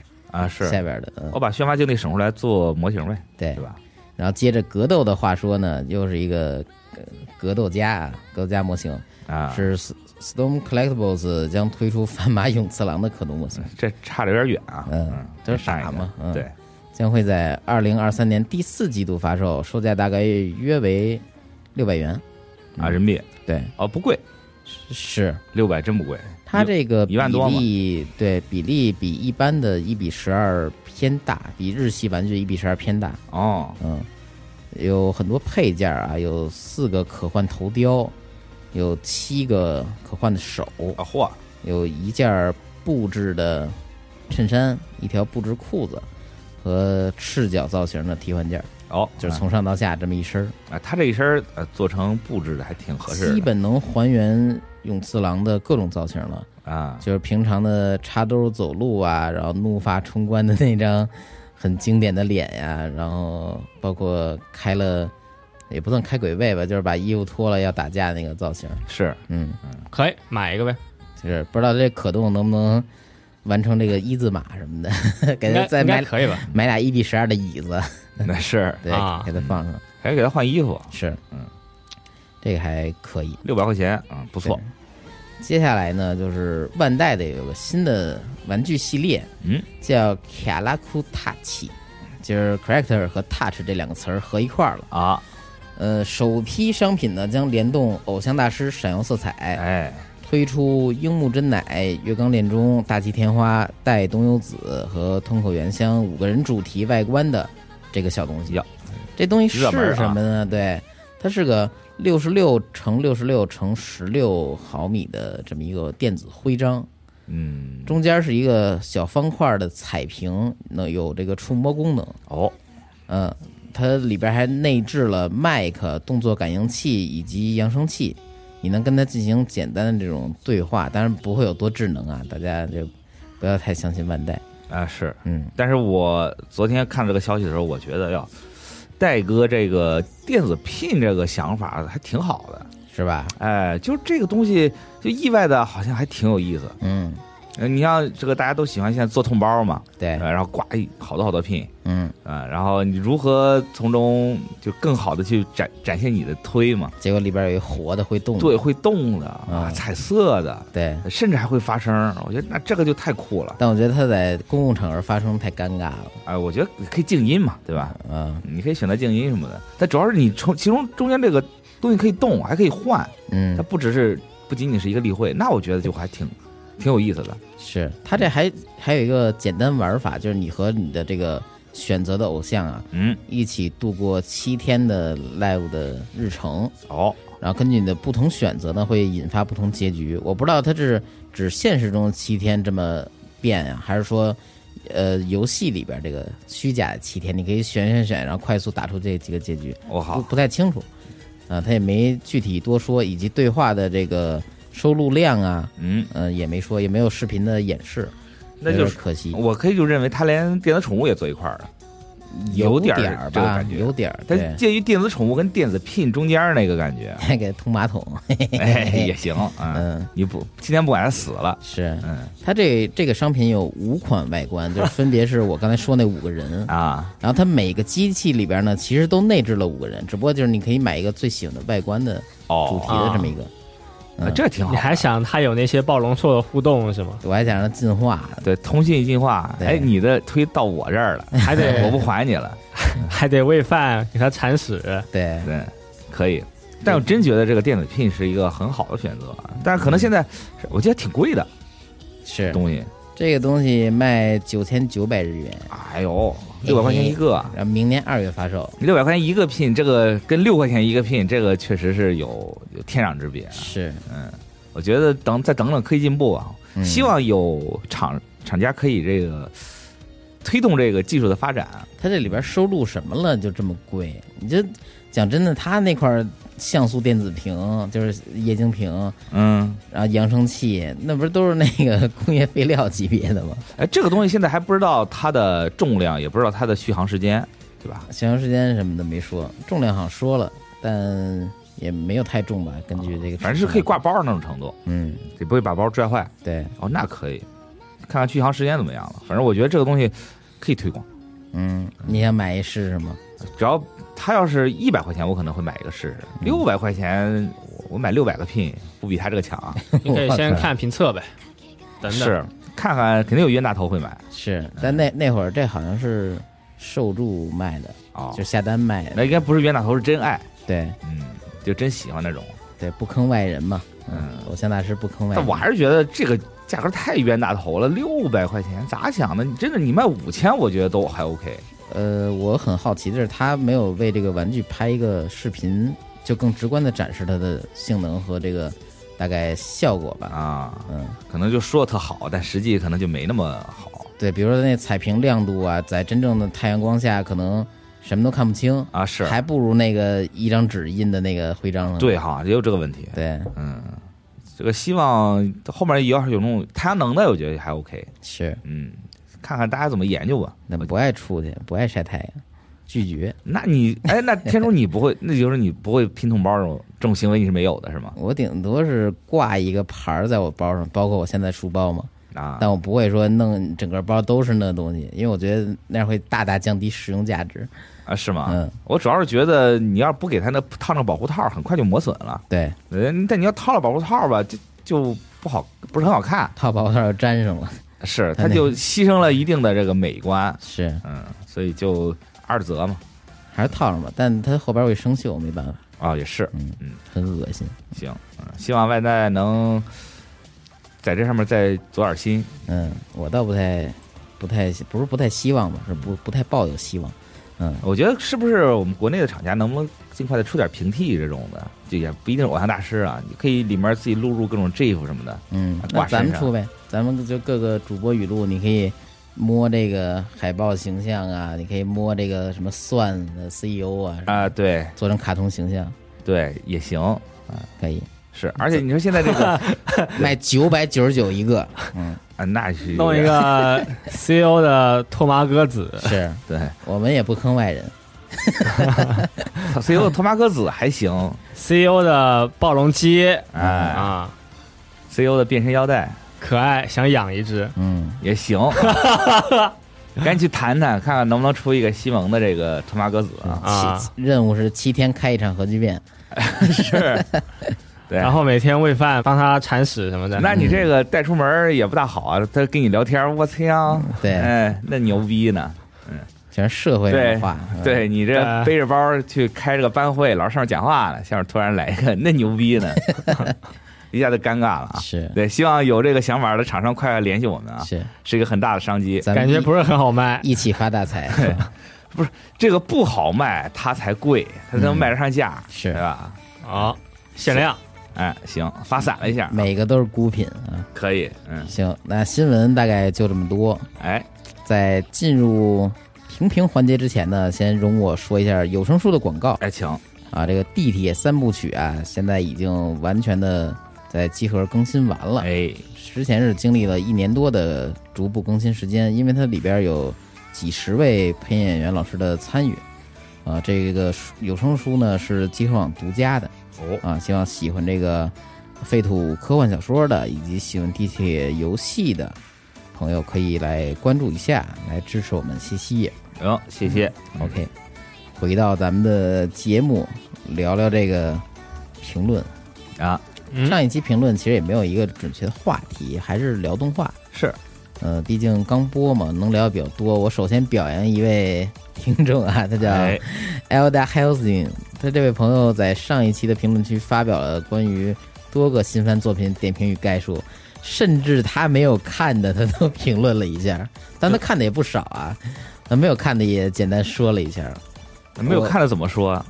S4: 啊，
S2: 下
S4: 是。
S2: 边儿的，嗯
S4: 我，把宣发精力省出来做模型呗，
S2: 对
S4: 对。吧？
S2: 然后接着格斗的话说呢，又是一个呃格斗家啊，格斗家模型
S4: 啊，
S2: 是 S- Storm Collectibles 将推出反马勇次郎的可动模型，
S4: 这差的有点远啊。
S2: 嗯
S4: 嗯，
S2: 这是傻
S4: 上一个
S2: 嘛嗯
S4: 对，
S2: 将会在二零二三年第四季度发售，售价大概约为六百元。嗯
S4: 啊，人民币
S2: 对，
S4: 哦不贵，
S2: 是
S4: 六百真不贵。
S2: 它这个
S4: 一
S2: 比
S4: 万多嘛
S2: 例，对比例比一般的一比十二偏大，比日系玩具一比十二偏大。
S4: 哦，
S2: 嗯，有很多配件啊，有四个可换头雕，有七个可换的手，
S4: 啊嚯，
S2: 有一件布制的衬衫，一条布制裤子和赤脚造型的替换件儿，
S4: 哦，
S2: 就是从上到下这么一身儿，
S4: 啊，他这一身儿呃做成布置的还挺合适的，
S2: 基本能还原永次郎的各种造型了。
S4: 啊，
S2: 就是平常的插兜走路啊，然后怒发冲冠的那张很经典的脸呀、然后包括开了也不算开鬼位吧，就是把衣服脱了要打架那个造型，
S4: 是
S2: 嗯，
S3: 可以买一个呗。
S2: 就是不知道这可动能不能完成这个一字马什么的， 给
S3: 应
S2: 他
S3: 该
S2: 再
S3: 应该
S2: 买
S3: 可以吧？
S2: 买俩一比十二的椅子，
S4: 那是
S2: 对，
S3: 啊
S2: 给他放上，
S4: 还给他换衣服，
S2: 是，
S4: 嗯，
S2: 这个还可以，
S4: 六百块钱，嗯，不
S2: 不
S4: 错，。
S2: 接下来呢，就是万代的有个新的玩具系列，
S4: 嗯，
S2: 叫卡拉库塔奇，就是 character 和 touch 这两个词儿合一块儿了。
S4: 啊，
S2: 呃，首批商品呢将联动偶像大师闪耀色彩，
S4: 哎，
S2: 推出樱木真乃、月冈恋中、大崎天花、带东优子和通口原香五个人主题外观的这个小东西
S4: 呀。
S2: 这东西是
S4: 热门啊
S2: 什么呢？对，它是个六十六乘六十六乘十六毫米的这么一个电子徽章。
S4: 嗯，
S2: 中间是一个小方块的彩屏，那有这个触摸功能。
S4: 哦，
S2: 嗯，它里边还内置了麦克、动作感应器以及扬声器，你能跟它进行简单的这种对话，当然不会有多智能啊，大家就不要太相信万代。
S4: 啊是，
S2: 嗯，
S4: 但是我昨天看这个消息的时候，我觉得要戴哥这个电子聘这个想法还挺好的，
S2: 是吧？
S4: 哎，就这个东西就意外的好像还挺有意思，
S2: 嗯，
S4: 呃你像这个大家都喜欢现在做痛包嘛，
S2: 对
S4: 呃，然后挂一好多好多聘。
S2: 嗯，
S4: 啊，然后你如何从中就更好的去展展现你的推嘛？
S2: 结果里边有一活的会动的。
S4: 对，会动的啊，
S2: 嗯
S4: 彩色的，
S2: 对，
S4: 甚至还会发声儿。我觉得那这个就太酷了。
S2: 但我觉得它在公共场合发声太尴尬了。
S4: 哎，我觉得可以静音嘛，对吧？
S2: 嗯
S4: 你可以选择静音什么的，但主要是你从其中中间这个东西可以动，还可以换，
S2: 嗯
S4: 它，不只是不仅仅是一个例会，那我觉得就还挺挺有意思的。
S2: 是它这还还有一个简单玩法，就是你和你的这个选择的偶像啊，
S4: 嗯，
S2: 一起度过七天的 live 的日程，
S4: 哦，
S2: 然后根据你的不同选择呢，会引发不同结局。我不知道它是指现实中的七天这么变啊，还是说，呃，游戏里边这个虚假的七天，你可以选选选，然后快速打出这几个结局，
S4: 我
S2: 不
S4: 好，
S2: 不太清楚。啊、他也没具体多说，以及对话的这个收录量啊，
S4: 嗯，
S2: 呃，也没说，也没有视频的演示，
S4: 那
S2: 有
S4: 就
S2: 点
S4: 是
S2: 可惜，
S4: 我可以就认为它连电子宠物也坐一块儿了，有
S2: 点
S4: 点儿
S2: 儿
S4: 这个
S2: 吧
S4: 感，觉
S2: 有点儿，
S4: 它
S2: 对，
S4: 介于电子宠物跟电子聘中间儿那个感觉。
S2: 还给他通马桶，
S4: 哎，也行，嗯，
S2: 嗯，
S4: 你不今天不管他死了，
S2: 是，
S4: 嗯，
S2: 它这这个商品有五款外观，就是分别是我刚才说那五个人
S4: 啊，
S2: 然后它每个机器里边呢，其实都内置了五个人，只不过就是你可以买一个最喜欢的外观的主
S4: 哦
S2: 题，的这么一个。嗯
S4: 啊这挺好
S3: 你。还想它有那些暴龙兽的互动是吗？
S2: 我还想让它进化，
S4: 对，通信进化，
S2: 对
S4: 哎，你的推到我这儿了，
S3: 还得
S4: 我不还你了，
S3: 还得喂饭给它铲屎。
S2: 对，
S4: 对，可以。但我真觉得这个电子聘是一个很好的选择啊，但是可能现在我觉得挺贵的
S2: 是
S4: 东西，
S2: 这个东西卖九千九百日元，
S4: 哎呦，六百块钱一个，
S2: 然后明年二月发售。
S4: 六百块钱一个聘，这个跟六块钱一个聘，这个确实是有有天壤之别啊。
S2: 是，
S4: 我觉得等再等等科技进步啊，
S2: 嗯
S4: 希望有厂厂家可以这个推动这个技术的发展。啊
S2: 它这里边收录什么了，就这么贵？你这讲真的，它那块儿像素电子屏就是液晶屏，
S4: 嗯，
S2: 然后扬声器，那不是都是那个工业废料级别的吗？
S4: 哎，这个东西现在还不知道它的重量，也不知道它的续航时间，对吧？
S2: 巡航时间什么的没说，重量好像说了，但也没有太重吧？根据这个，
S4: 反正是可以挂。包那种程度，
S2: 嗯，
S4: 也不会把包拽坏。
S2: 对，
S4: 哦，那可以，看看续航时间怎么样了。反正我觉得这个东西可以推广，
S2: 嗯，你想买一试试吗？
S4: 只要它要是一百块钱，我可能会买一个试试。
S2: 嗯
S4: 六百块钱，我我买六百个 pin 不比它这个强啊。
S3: 你可以先
S2: 我靠
S3: 看评测呗，等等。
S4: 是，看看肯定有冤大头会买
S2: 是，但那那会儿这好像是受助卖的，
S4: 哦
S2: 就，下单卖的，
S4: 那应该不是冤大头，是真爱，
S2: 对
S4: 嗯，就真喜欢那种。
S2: 对，不坑外人嘛。
S4: 嗯，
S2: 偶像大师不坑外人。
S4: 但我还是觉得这个价格太冤大头了，六百块钱咋想的？你真的你卖五千，我觉得都还 OK。
S2: 呃，我很好奇的是，他没有为这个玩具拍一个视频，就更直观的展示它的性能和这个大概效果吧。
S4: 啊，
S2: 嗯，
S4: 可能就说得特好，但实际可能就没那么好
S2: 对，比如说那彩屏亮度啊，在真正的太阳光下，可能什么都看不清，
S4: 啊。是，
S2: 还不如那个一张纸印的那个徽章呢。
S4: 对哈，也有这个问题。
S2: 对，
S4: 嗯，这个希望后面要是有那种太阳能的，我觉得还 OK。
S2: 是，
S4: 嗯，看看大家怎么研究吧。
S2: 那不爱出去，不爱晒太阳，拒绝。
S4: 那你哎，那天叔你不会，那就是你不会拼桶包这种这种行为你是没有的是吗？
S2: 我顶多是挂一个牌儿在我包上，包括我现在书包嘛，
S4: 啊，
S2: 但我不会说弄整个包都是那东西，因为我觉得那样会大大降低使用价值。
S4: 啊，是吗？
S2: 嗯，
S4: 我主要是觉得你要是不给他那套上保护套，很快就磨损了。
S2: 对，
S4: 人，但你要套了保护套吧，就就不好，不是很好看。
S2: 套包套又粘上了，
S4: 是，
S2: 它
S4: 它
S2: 那
S4: 就牺牲了一定的这个美观。
S2: 是
S4: 嗯，所以就二择嘛。
S2: 还是套上吧，但它后边会生锈，没办法，
S4: 啊，也是，
S2: 很恶心。
S4: 行，嗯，希望外在能在这上面再做点心。
S2: 嗯，我倒不太，不太不是不太希望吧，是不不太抱有希望。嗯
S4: 我觉得是不是我们国内的厂家能不能尽快的出点平替这种的，就也不一定是偶像大师啊，你可以里面自己录入各种 GIF 什么的。
S2: 嗯，那
S4: 挂
S2: 咱们
S4: 身上
S2: 出呗，咱们就各个主播语录，你可以摸这个海报形象啊，你可以摸这个什么蒜的 CEO 啊，
S4: 啊、对
S2: 做成卡通形象
S4: 对，也行。
S2: 可 以，
S3: 嗯
S4: 是，而且你说现在这个，
S2: 卖九百九十九一个，嗯，
S4: 啊，那是有
S3: 弄一
S4: 点
S3: 个 CEO 的拓麻鸽子，
S2: 是
S4: 对
S2: 我们也不坑外人，
S4: ，CEO E 托马哥子还行
S3: CEO E 的暴龙鸡，
S4: 哎
S3: 啊，
S4: ，CEO E 的变身腰带
S3: 可爱，想养一只。
S2: 嗯，
S4: 也 行，赶紧去谈谈，看看能不能出一个西蒙的这个托马哥子啊，
S3: 啊
S2: 七任务是七天开一场核聚 变，
S4: 是，对，
S3: 然后每天喂饭，帮它铲屎什么 的。
S4: 那你这个带出门儿也不大好啊，他跟你聊天儿，我操，
S2: 对
S3: 嗯
S4: 哎，那牛逼呢，
S2: 全是社会
S4: 对
S2: 文化，嗯，
S4: 对你这
S3: 对
S4: 背着包儿去开这个班会，老师上面讲话呢，下面突然来一个，那牛 逼呢，一下就尴尬了啊。
S2: 是
S4: 对，希望有这个想法的厂商快快联系我们啊，
S2: 是，
S4: 是一个很大的商机。
S2: 咱们
S3: 感
S2: 一
S3: 觉不是很好卖，
S2: 一起发大财， 是吧
S4: 这个不好卖，它才贵，它才能卖得上价，
S2: 是
S4: 对吧？
S3: 啊，限量。
S4: 哎，行，发散了一下啊，
S2: 每个都是孤品啊。
S4: 可以，嗯，
S2: 行，那新闻大概就这么多，
S4: 哎，
S2: 在进入评评环节之前呢，先容我说一下有声书的广告
S4: 哎，请，
S2: 啊。这个地铁三部曲啊，现在已经完全的在集合更新完了。
S4: 哎，
S2: 之前是经历了一年多的逐步更新时间，因为它里边有几十位配音演员老师的参与。啊，这个书有声书呢是集合网独家的
S4: 哦，
S2: 啊，希望喜欢这个废土科幻小说的，以及喜欢地铁游戏的朋友可以来关注一下，来支持我们，谢谢。
S4: 行，谢谢，
S2: 嗯
S4: 嗯
S2: OK，回到咱们的节目，聊聊这个评论。
S4: 啊，
S3: 嗯
S2: 上一期评论其实也没有一个准确的话题，还是聊动画。
S4: 是，
S2: 呃，毕竟刚播嘛，能聊的比较多。我首先表扬一位听众啊， 他叫
S4: 哎，
S2: Elda Helsing，他这位朋友在上一期的评论区发表了关于多个新番作品点评与概述，甚至他没有看的他都评论了一下，但他看的也不少啊，那没有看的也简单说了一下，
S4: 没有
S2: 我
S4: 看了怎么说啊？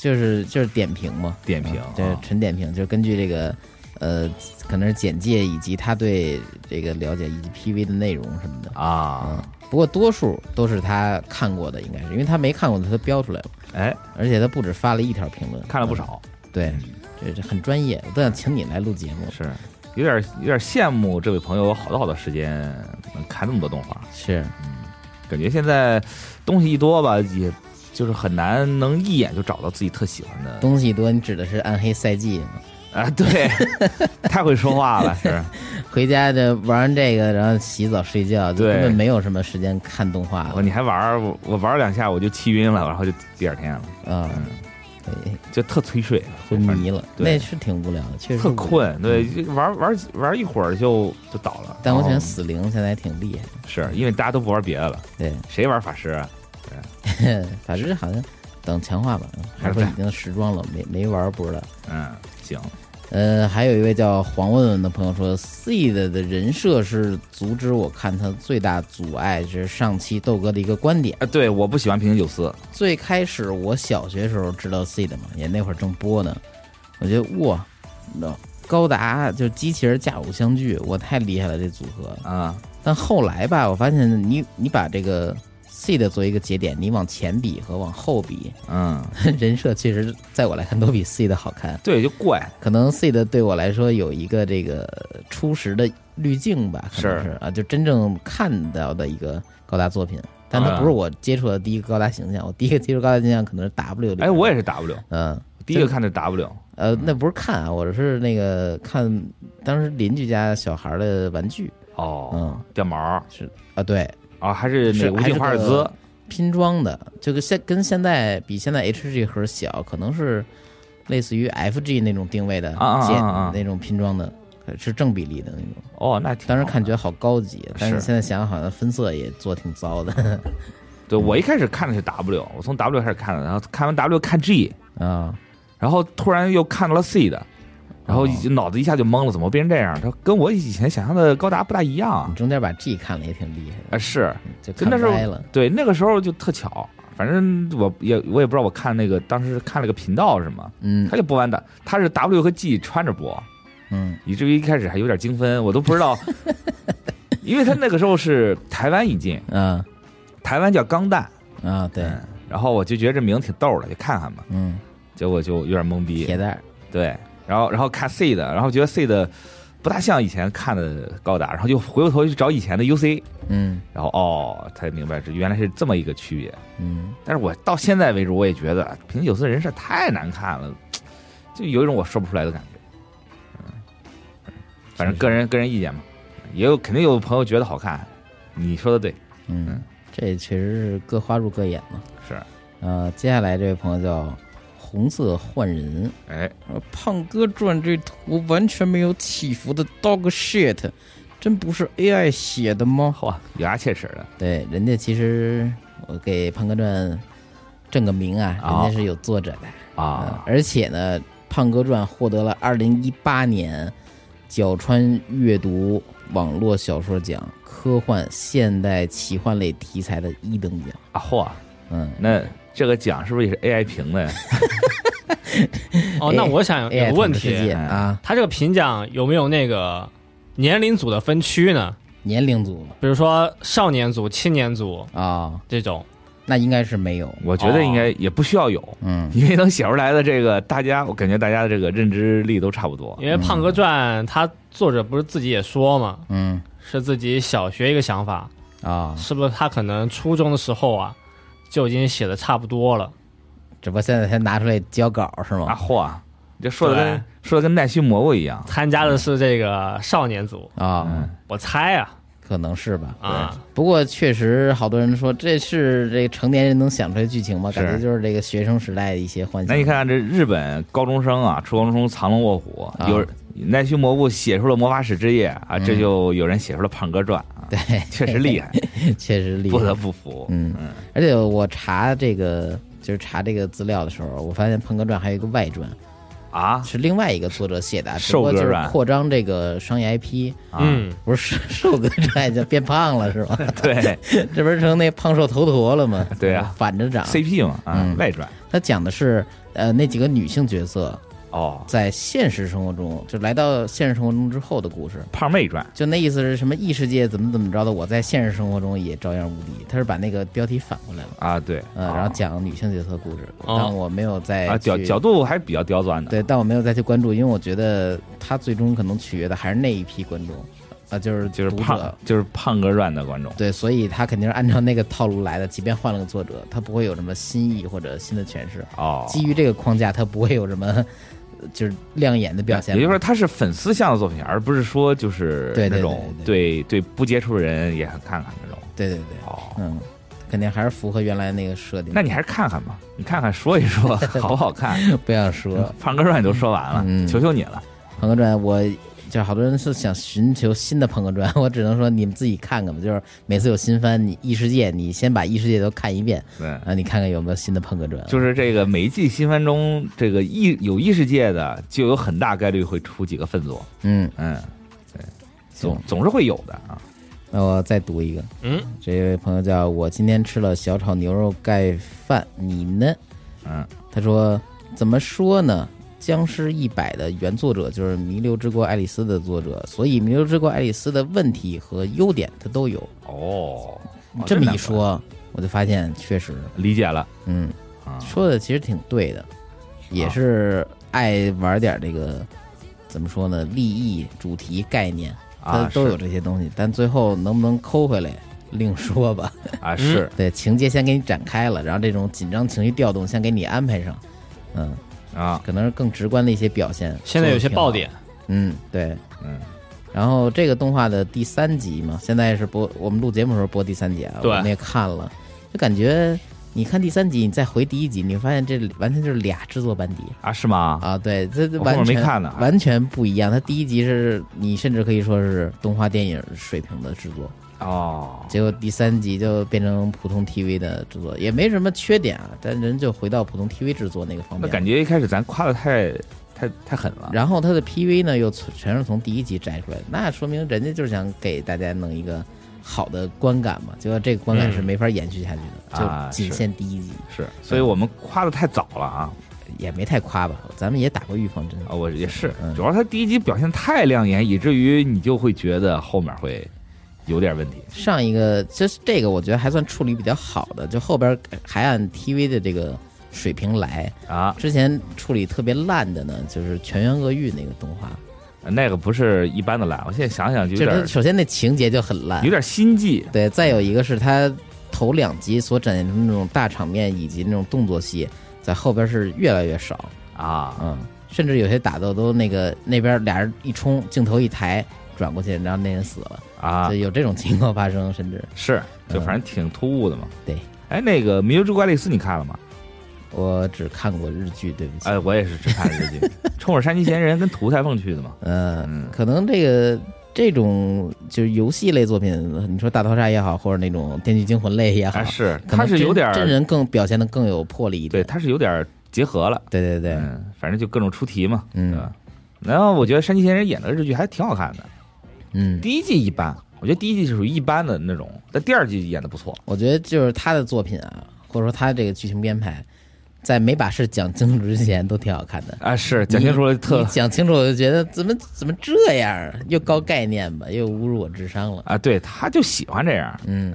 S2: 就是就是点评嘛，
S4: 点评
S2: 对
S4: 啊
S2: 纯点评，就是根据这个呃，可能是简介以及他对这个了解以及 PV 的内容什么的。
S4: 啊，
S2: 不过多数都是他看过的，应该是因为他没看过的，他都标出来了，
S4: 哎，
S2: 而且他不止发了一条评论，
S4: 看了不少，
S2: 嗯。对，这这很专业，我都想请你来录节目。
S4: 是有点有点羡慕这位朋友有好多好多时间能看那么多动画，
S2: 是，
S4: 感觉现在东西一多吧，也就是很难能一眼就找到自己特喜欢的
S2: 东西多，你指的是暗黑赛季吗？
S4: 啊，对，太会说话了，是
S2: 回家这玩完这个，然后洗澡睡觉，就
S4: 对
S2: 根本没有什么时间看动画
S4: 我
S2: 了。
S4: 你还玩儿，我我玩儿两下我就气晕了，然后就第二天了，
S2: 啊，
S4: 嗯
S2: 对，
S4: 就特催睡，
S2: 昏迷了，
S4: 对
S2: 那是挺无聊的，确实
S4: 特
S2: 无聊。
S4: 困，对，就玩玩玩一会儿就就倒了。
S2: 嗯但我选
S4: 然后
S2: 死灵现在还挺厉害的，
S4: 是因为大家都不玩别的了，
S2: 对，
S4: 谁玩法师啊？
S2: 法师好像等强化吧，还是说已经时装了，没没玩儿不知道。
S4: 嗯，行，
S2: 呃，还有一位叫黄问问的朋友说，Seed 的人设是阻止我看他最大阻碍，这是上期豆哥的一个观点。
S4: 啊，对，我不喜欢平行九四，
S2: 最开始我小学时候知道 Seed 嘛，也那会儿正播呢，我觉得哇，那高达就机器人架舞相聚，我太厉害了这组合。
S4: 啊，
S2: 但后来吧，我发现你 你把这个 Seed 作为一个节点，你往前比和往后比，
S4: 嗯，
S2: 人设其实在我来看都比 C 的好看。
S4: 对，就怪，
S2: 可能 C 的对我来说有一个这个初始的滤镜吧，可能
S4: 是
S2: 是啊，就真正看到的一个高达作品。但它
S4: 啊
S2: 不是我接触的第一个高达形象，我第一个接触高达形象可能是 W 里。
S4: 哎，我也是 W，
S2: 嗯
S4: 第一个看的是 W，
S2: 呃，那不是看啊，我是那个看当时邻居家小孩的玩具
S4: 哦，
S2: 嗯
S4: 掉毛
S2: 啊，对，
S4: 啊，还是那
S2: 是
S4: 个无
S2: 还
S4: 尽
S2: 是
S4: 华尔
S2: 个
S4: 兹，
S2: 拼装的，这个现跟现在比现在 HG 盒小，可能是类似于 FG 那种定位的
S4: 啊啊
S2: 简
S4: 啊啊
S2: 那种拼装的，呃是正比例的那种。
S4: 哦，那挺
S2: 当时
S4: 好
S2: 看
S4: 的
S2: 觉得好高级，但是
S4: 是
S2: 现在想想好像分色也做挺糟的
S4: 对我一开始看的是 W，我从 W 开始看的，然后看完 W 看 G，
S2: 啊。
S4: 然后突然又看到了 C 的，然后
S2: 哦
S4: 已经脑子一下就懵了，怎么变成这样？它跟我以前想象的高达不大一样
S2: 你
S4: 啊！呃
S2: 中间把 G 看了也挺厉害哎的，
S4: 是，
S2: 就
S4: 真的
S2: 看
S4: 是
S2: 歪了。
S4: 对，那个时候就特巧，反正我也我也不知道，我看那个当时看了个频道是什么，
S2: 嗯
S4: 他就播完的，他是 W 和 G 穿着播，
S2: 嗯
S4: 以至于一开始还有点精分，我都不知道，因为他那个时候是台湾引进，
S2: 啊
S4: 台湾叫钢弹，
S2: 啊对，
S4: 嗯然后我就觉得这名字挺逗的，就看看吧，
S2: 嗯
S4: 结果就有点懵逼，
S2: 铁蛋儿
S4: 对，然后然后看 C 的，然后觉得 C 的不大像以前看的高达，然后就回过头去找以前的 UC，
S2: 嗯
S4: 然后哦才明白这原来是这么一个区别。
S2: 嗯
S4: 但是我到现在为止，我也觉得啊平行九四人设太难看了，就有一种我说不出来的感觉。嗯，反正个人个人意见嘛，也有肯定有朋友觉得好看，你说的对，
S2: 嗯
S4: 嗯，
S2: 这确实是各花入各眼嘛。
S4: 是，
S2: 呃，接下来这位朋友叫红色换人，
S4: 哎，
S2: 呃胖哥转这图完全没有起伏的 dog shit，真不是 AI 写的吗？
S4: 嚯，咬牙切齿的，
S2: 对，人家其实我给胖哥传正个名啊，人
S4: 哦
S2: 家是有作者的
S3: 哦
S2: 呃
S4: 啊
S2: 而且呢，胖哥传获得了二零一八年角川阅读网络小说奖科幻现代奇幻类题材的一等奖。
S4: 啊嚯，
S2: 嗯，
S4: 那这个奖是不是也是 AI 评 的呀？
S3: 哦，那我想有个问
S2: 哎统治世界
S3: 题，
S2: 啊，
S3: 他这个评奖有没有那个年龄组的分区呢？
S2: 年龄组
S3: 比如说少年组、青年组
S2: 啊、
S3: 这种，
S2: 那应该是没有。
S4: 我觉得应该也不需要有，
S2: 嗯，
S4: 因为能写出来的这个，大家我感觉大家的这个认知力都差不多。
S3: 因为《胖哥传》他作者不是自己也说嘛，
S2: 嗯
S3: 是自己小学一个想法，
S2: 啊、
S3: 是不是他可能初中的时候啊就已经写的差不多了？
S2: 只不过现在才拿出来交稿是
S4: 啊
S2: 吗？
S4: 嚯，你这说的跟
S3: 对
S4: 说的跟奈须蘑菇一样。
S3: 参加的是这个少年组，
S2: 啊、
S4: 嗯，
S3: 我猜啊
S2: 可能是吧。
S3: 啊，
S2: 不过确实，好多人说这是这成年人能想出来剧情吗？
S4: 是
S2: 感觉就是这个学生时代的一些幻想。
S4: 那你看看这日本高中生啊，初高中藏龙卧虎，
S2: 啊嗯
S4: 有奈须蘑菇写出了魔法使之夜啊，这就有人写出了胖哥传啊，
S2: 对，
S4: 确实厉害，
S2: 确实 厉害，
S4: 不得不服。
S2: 嗯
S4: 嗯，
S2: 而且我查这个就是查这个资料的时候，我发现《胖哥传》还有一个外传，
S4: 啊，
S2: 是另外一个作者写的，只
S4: 瘦
S2: 不过
S4: 哥
S2: 就是
S4: 吧
S2: 扩张这个商业 IP。
S4: 啊，
S3: 嗯，
S2: 不是瘦哥这已经变胖了是吧？
S4: 对
S2: 这不是成那胖瘦头陀了吗？
S4: 对啊
S2: 反着长。
S4: ，CP 嘛，啊
S2: 嗯，
S4: 外传
S2: 他讲的是呃那几个女性角色
S4: 哦，
S2: 在现实生活中，就来到现实生活中之后的故事。
S4: 胖妹传
S2: 就那意思是什么异世界怎么怎么着的，我在现实生活中也照样无敌。他是把那个标题反过来了，
S4: 啊，对，
S2: 嗯、
S4: 啊
S2: 然后讲女性角色故事，
S3: 哦
S2: 但我没有再
S4: 啊角
S2: 去
S4: 角度还比较刁钻的，
S2: 对，但我没有再去关注，因为我觉得他最终可能取悦的还是那一批观众，啊，就是
S4: 就是
S2: 读
S4: 胖
S2: 者，
S4: 就是胖哥传的观众，
S2: 对，所以他肯定是按照那个套路来的，即便换了个作者，他不会有什么新意或者新的诠释。
S4: 哦，
S2: 基于这个框架，他不会有什么呃就是亮眼的表现。
S4: 哎也就是说，它是粉丝向的作品，而不是说就是
S2: 对
S4: 那
S2: 对
S4: 种对对不接触的人也看看那种。
S2: 对对对，
S4: 哦，
S2: 嗯，肯定还是符合原来那个设定。
S4: 那你还是看看吧，你看看说一说好不好看？
S2: 不要说
S4: 胖哥传你都说完了，
S2: 嗯
S4: 求求你了。
S2: 《朋克传》，我就好多人是想寻求新的《朋克传》， 我只能说你们自己看看吧。就是每次有新番，你异世界，你先把异世界都看一遍，
S4: 对，
S2: 啊，你看看有没有新的《朋克传》。啊
S4: 就是这个每一季新番中，这个异有异世界的，就有很大概率会出几个分作。
S2: 嗯，
S4: 嗯，对，总
S2: 行
S4: 总是会有的啊。
S2: 那我再读一个。
S3: 嗯，
S2: 这位朋友叫我今天吃了小炒牛肉盖饭，你呢？
S4: 嗯，
S2: 他说怎么说呢？《僵尸一百》的原作者就是《弥留之国爱丽丝》的作者，所以《弥留之国爱丽丝》的问题和优点他都有。
S4: 哦，哦
S2: 这么一，
S4: 难
S2: 说，我就发现确实，
S4: 怪理解了
S2: 嗯，
S4: 啊。
S2: 说的其实挺对的，也是爱玩点这个怎么说呢？立意、主题、概念，它
S4: 啊，
S2: 都有
S4: 是
S2: 这些东西，但最后能不能抠回来，另说吧。
S4: 啊，是
S2: 对，情节先给你展开了，然后这种紧张情绪调动先给你安排上，嗯，
S4: 啊，
S2: 可能是更直观的一些表现。
S3: 现在有些
S2: 做得挺好
S3: 爆点，，
S2: 嗯，对。
S4: 嗯，
S2: 然后这个动画的第三集嘛，现在是播我们录节目的时候播第三集啊，
S3: 对
S2: 我们也看了，就感觉你看第三集，你再回第一集，你发现这完全就是俩制作班底
S4: 啊，是吗？
S2: 啊，对，这这
S4: 我后面
S2: 完全
S4: 没看呢啊
S2: 完全不一样。它第一集是你甚至可以说是动画电影水平的制作，
S4: 哦，
S2: 结果第三集就变成普通 TV 的制作，也没什么缺点啊，但人就回到普通 TV 制作那个方
S4: 那
S2: 面。
S4: 感觉一开始咱夸的太太太狠了。
S2: 然后它的 PV 呢，又从全是从第一集摘出来的，那说明人家就是想给大家弄一个好的观感嘛。结果这个观感是
S3: 嗯
S2: 没法延续下去的，
S4: 啊
S2: 就仅限第一集，
S4: 是，所以我们夸的太早了啊！
S2: 也没太夸吧。咱们也打过预防针
S4: 啊，，我也是，
S2: 嗯
S4: 主要他第一集表现太亮眼，以至于你就会觉得后面会有点问题。
S2: 上一个就是这个，我觉得还算处理比较好的，就后边还按 TV 的这个水平来。
S4: 啊，
S2: 之前处理特别烂的呢，就是《全员恶欲》那个动画，
S4: 那个不是一般的烂，我现在想想就有
S2: 就是它
S4: 点
S2: 首先那情节就很烂
S4: 有，点心计
S2: 对，再有一个是它头两集所展现出那种大场面以及那种动作戏，在后边是越来越少，
S4: 啊
S2: 嗯，甚至有些打斗都那个那边俩人一冲，镜头一抬转过去，然后那人死了，
S4: 啊
S2: 就，有这种情况发生，甚至
S4: 是，就
S2: 嗯
S4: 反正挺突兀的嘛。
S2: 对，
S4: 哎，那个《迷流之国爱丽丝》你看了吗？
S2: 我只看过日剧，对不起，
S4: 哎，我也是只看了日 剧，冲着山崎贤人跟土太凤去的嘛。嗯
S2: 嗯，可能这个。这种就是游戏类作品，你说大逃杀也好，或者那种电锯惊魂类也好，
S4: 啊，是，
S2: 可
S4: 他
S2: 能
S4: 是
S2: 真
S4: 有点儿
S2: 真人更表现的更有魄力一
S4: 对，
S2: 点。
S4: 他是有点儿结合了。
S2: 对对对对，
S4: 嗯，反正就各种出题嘛，
S2: 嗯
S4: 对吧？然后我觉得山崎贤人演的日剧还挺好看的，
S2: 嗯，
S4: 第一季一般，我觉得第一季是属于一般的那种，但第二季演的不错。
S2: 我觉得就是他的作品啊，或者说他这个剧情编排，在没把事讲清楚之前都挺好看的。
S4: 啊，是 讲清楚了
S2: 你
S4: 特
S2: 讲清楚，我就觉得怎么怎么这样儿，又高概念吧，又侮辱我智商了。
S4: 啊，对，他就喜欢这样，
S2: 嗯，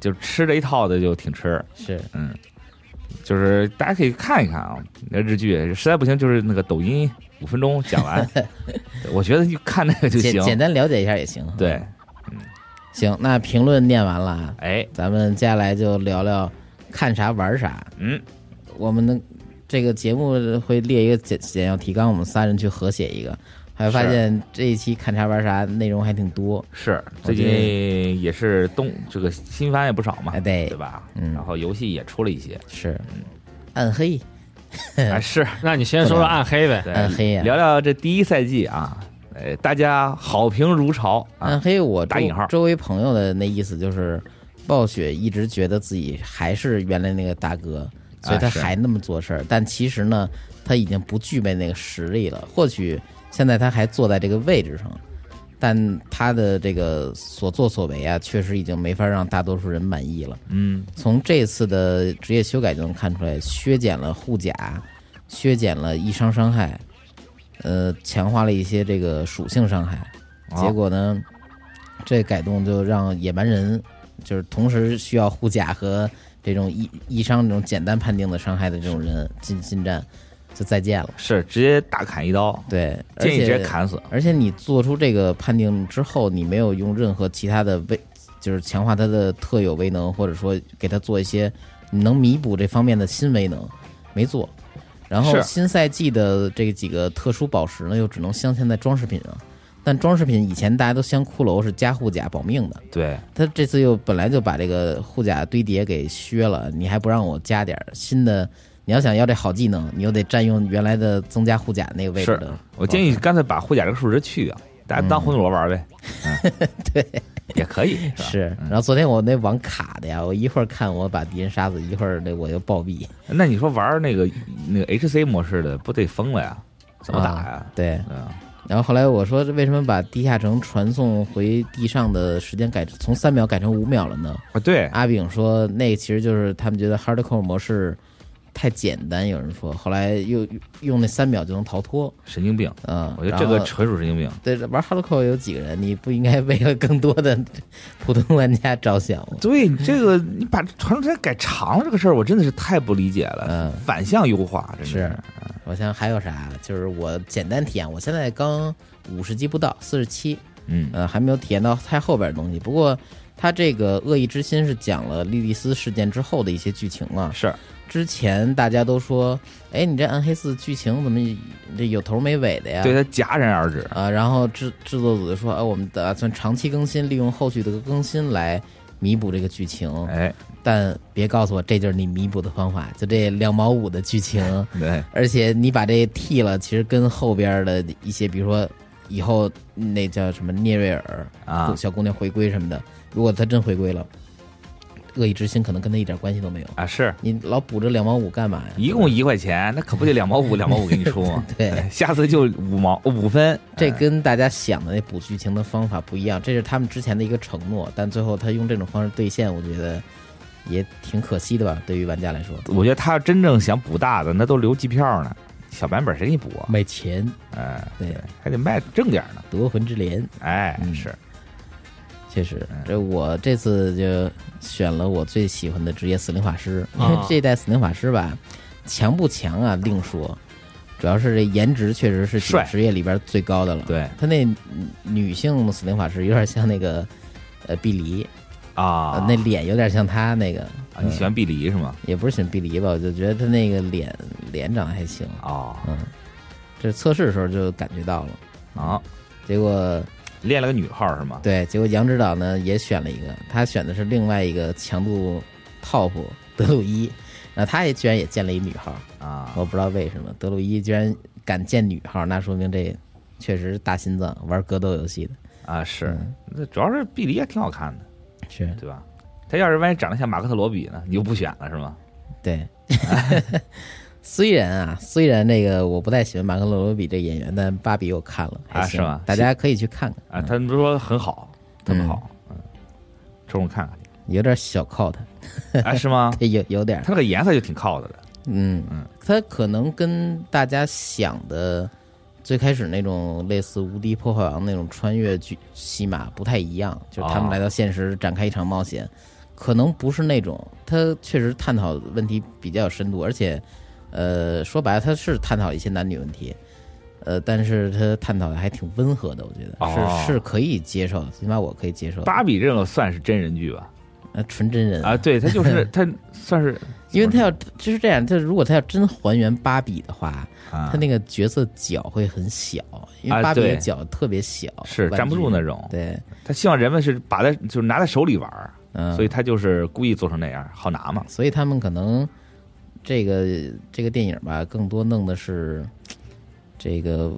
S4: 就吃这一套的就挺吃，
S2: 是，
S4: 嗯，就是大家可以看一看啊，那日剧实在不行就是那个抖音五分钟讲 完，我觉得就看那个就
S2: 简
S4: 行，
S2: 简单了解一下也行。
S4: 对，
S2: 行，那评论念完了啊，
S4: 哎，
S2: 咱们接下来就聊聊看啥玩啥。
S4: 嗯，
S2: 我们的这个节目会列一个简简要提纲，我们仨人去合写一个。还发
S4: 是
S2: 现这一期看啥玩啥内容还挺多，
S4: 是
S2: 我
S4: 最
S2: 觉得
S4: 近也是东这个新番也不少嘛
S2: 哎，对
S4: 对吧？
S2: 嗯
S4: 然后游戏也出了一些，
S2: 是暗黑，
S4: 啊是，
S3: 那你先说说暗黑呗。
S4: 对
S2: 暗黑呀
S4: 聊聊这第一赛季啊，呃，大家好评如潮
S2: 暗
S4: 啊，
S2: 黑我
S4: 打
S2: 周
S4: 引号
S2: 周围朋友的那意思就是，暴雪一直觉得自己还是原来那个大哥，所以他
S4: 啊是
S2: 还那么做事儿。但其实呢，他已经不具备那个实力了。或许现在他还坐在这个位置上，但他的这个所作所为啊，确实已经没法让大多数人满意了。
S4: 嗯，
S2: 从这次的职业修改就能看出来，削减了护甲，削减了易伤伤害，呃，强化了一些这个属性伤害。
S4: 好
S2: 结果呢，这改动就让野蛮人就是同时需要护甲和这种易易伤这种简单判定的伤害的这种人进进站，就再见了。
S4: 是直接大砍一刀，
S2: 对，而
S4: 建议直接
S2: 且
S4: 砍死。
S2: 而且你做出这个判定之后，你没有用任何其他的威，就是强化他的特有威能，或者说给他做一些能弥补这方面的新威能，没做。然后
S4: 是
S2: 新赛季的这几个特殊宝石呢，又只能镶嵌在装饰品上。但装饰品以前大家都镶骷髅是加护甲保命的，
S4: 对，
S2: 他这次又本来就把这个护甲堆叠给削了，你还不让我加点儿新的？你要想要这好技能，你又得占用原来的增加护甲那个位置
S4: 是
S2: 的。
S4: 我建议干脆把护甲这个数值去掉，大家当红萝卜玩呗。嗯 对，也可以，吧
S2: 是，
S4: 嗯
S2: 然后昨天我那网卡的呀，我一会儿看我把敌人杀死，一会儿那我又暴毙，
S4: 那你说玩那个那个 HC 模式的，不得疯了呀？ 怎么打呀
S2: 啊？对，
S4: 对啊，
S2: 然后后来我说这为什么把地下城传送回地上的时间改从三秒改成五秒了呢？
S4: 啊对，
S2: 阿炳说那其实就是他们觉得 hardcore 模式太简单，有人说，后来又用那三秒就能逃脱，
S4: 神经病，
S2: 嗯，
S4: 我觉得这个
S2: 然后
S4: 纯属神经病。
S2: 对玩 hardcore 有几个人，你不应该为了更多的普通玩家着想吗？
S4: 对你这个，你把传送时间改长了这个事儿，我真的是太不理解了。
S2: 嗯
S4: 反向优化，真的
S2: 是我想还有啥？就是我简单体验，我现在刚五十级不到，四十七，
S4: 嗯
S2: 呃，还没有体验到太后边的东西。不过，它这个恶意之心是讲了莉莉丝事件之后的一些剧情啊。
S4: 是，
S2: 之前大家都说，哎，你这暗黑四剧情怎么这有头没尾的呀？
S4: 对它戛然而止。
S2: 啊，然后制制作组就说，哎、我们打算长期更新，利用后续的更新来弥补这个剧情。
S4: 哎，
S2: 但别告诉我，这就是你弥补的方法，就这两毛五的剧情。
S4: 对，
S2: 而且你把这剃了，其实跟后边的一些，比如说以后那叫什么聂瑞尔
S4: 啊
S2: 小姑娘回归什么的，如果她真回归了，恶意之心可能跟她一点关系都没有。
S4: 啊是。
S2: 你老补这两毛五干嘛呀？
S4: 一共一块钱，那可不就两毛五，两毛五给你出吗？
S2: 对
S4: 哎，下次就五毛五分。
S2: 这
S4: 哎
S2: 跟大家想的那补剧情的方法不一样，这是他们之前的一个承诺，但最后他用这种方式兑现，我觉得也挺可惜的吧，对于玩家来说。
S4: 我觉得他真正想补大的，那都留机票呢。小版本谁给你补啊？
S2: 买钱
S4: 哎，
S2: 对
S4: 还得卖正点呢。
S2: 夺魂之镰，
S4: 哎，
S2: 嗯
S4: 是
S2: 确实，这我这次就选了我最喜欢的职业死灵法师，因
S3: 啊
S2: 为这一代死灵法师吧，强不强啊另说，主要是这颜值确实是几个
S4: 帅
S2: 职业里边最高的了。，
S4: 对
S2: 他那女女性死灵法师有点像那个呃碧梨、呃
S4: 啊。
S2: 那脸有点像她那个，
S4: 啊你喜欢碧梨是吗？
S2: 也不是选碧梨吧，我就觉得她那个脸脸长得还行，
S4: 哦
S2: 嗯，这测试的时候就感觉到了，
S4: 啊，
S2: 结果
S4: 练了个女号是吗？
S2: 对，结果杨指导呢也选了一个，他选的是另外一个强度 top 德鲁伊，然后他也居然也建了一女号，
S4: 啊，
S2: 我不知道为什么德鲁伊居然敢建女号，那说明这确实是大心脏，玩格斗游戏的
S4: 啊是嗯
S2: 嗯，
S4: 那主要是碧梨也挺好看的，
S2: 是
S4: 对吧？他要是万一长得像马克特罗比呢，你就不选了是吗？
S2: 对。 虽然啊，虽然那个我不太喜欢马克罗罗比这演员，但芭比我看了，还
S4: 啊
S2: 行
S4: 是吗
S2: 大家可以去看看
S4: 啊，他们都说很好，特别
S2: 嗯
S4: 好，嗯，抽空看看去。
S2: 有点小 cult，
S4: 啊，是吗？
S2: 有有点儿
S4: 他那个颜色就挺靠的了。
S2: 嗯
S4: 嗯，
S2: 它可能跟大家想的最开始那种类似《无敌破坏王》那种穿越剧戏码不太一样，就是他们
S4: 哦
S2: 来到现实展开一场冒险，可能不是那种。它确实探讨问题比较有深度，而且，呃，说白了，它是探讨一些男女问题。呃，但是它探讨的还挺温和的，我觉得、
S4: 哦
S2: 是是可以接受的，起码我可以接受的。
S4: 芭比这个算是真人剧吧？
S2: 呃纯真人
S4: 啊，，对，他就是 他算是，
S2: 因为他要就是这样，他如果他要真还原芭比的话，
S4: 他
S2: 他那个角色脚会很小，因
S4: 啊
S2: 为芭比
S4: 对
S2: 的脚特别小，
S4: 是
S2: 玩
S4: 站不
S2: 具
S4: 住那种，
S2: 对，
S4: 他希望人们是把它就是拿在手里玩儿，
S2: 嗯，
S4: 所以他就是故意做成那样，好拿嘛。
S2: 所以他们可能这个这个电影吧，更多弄的是这个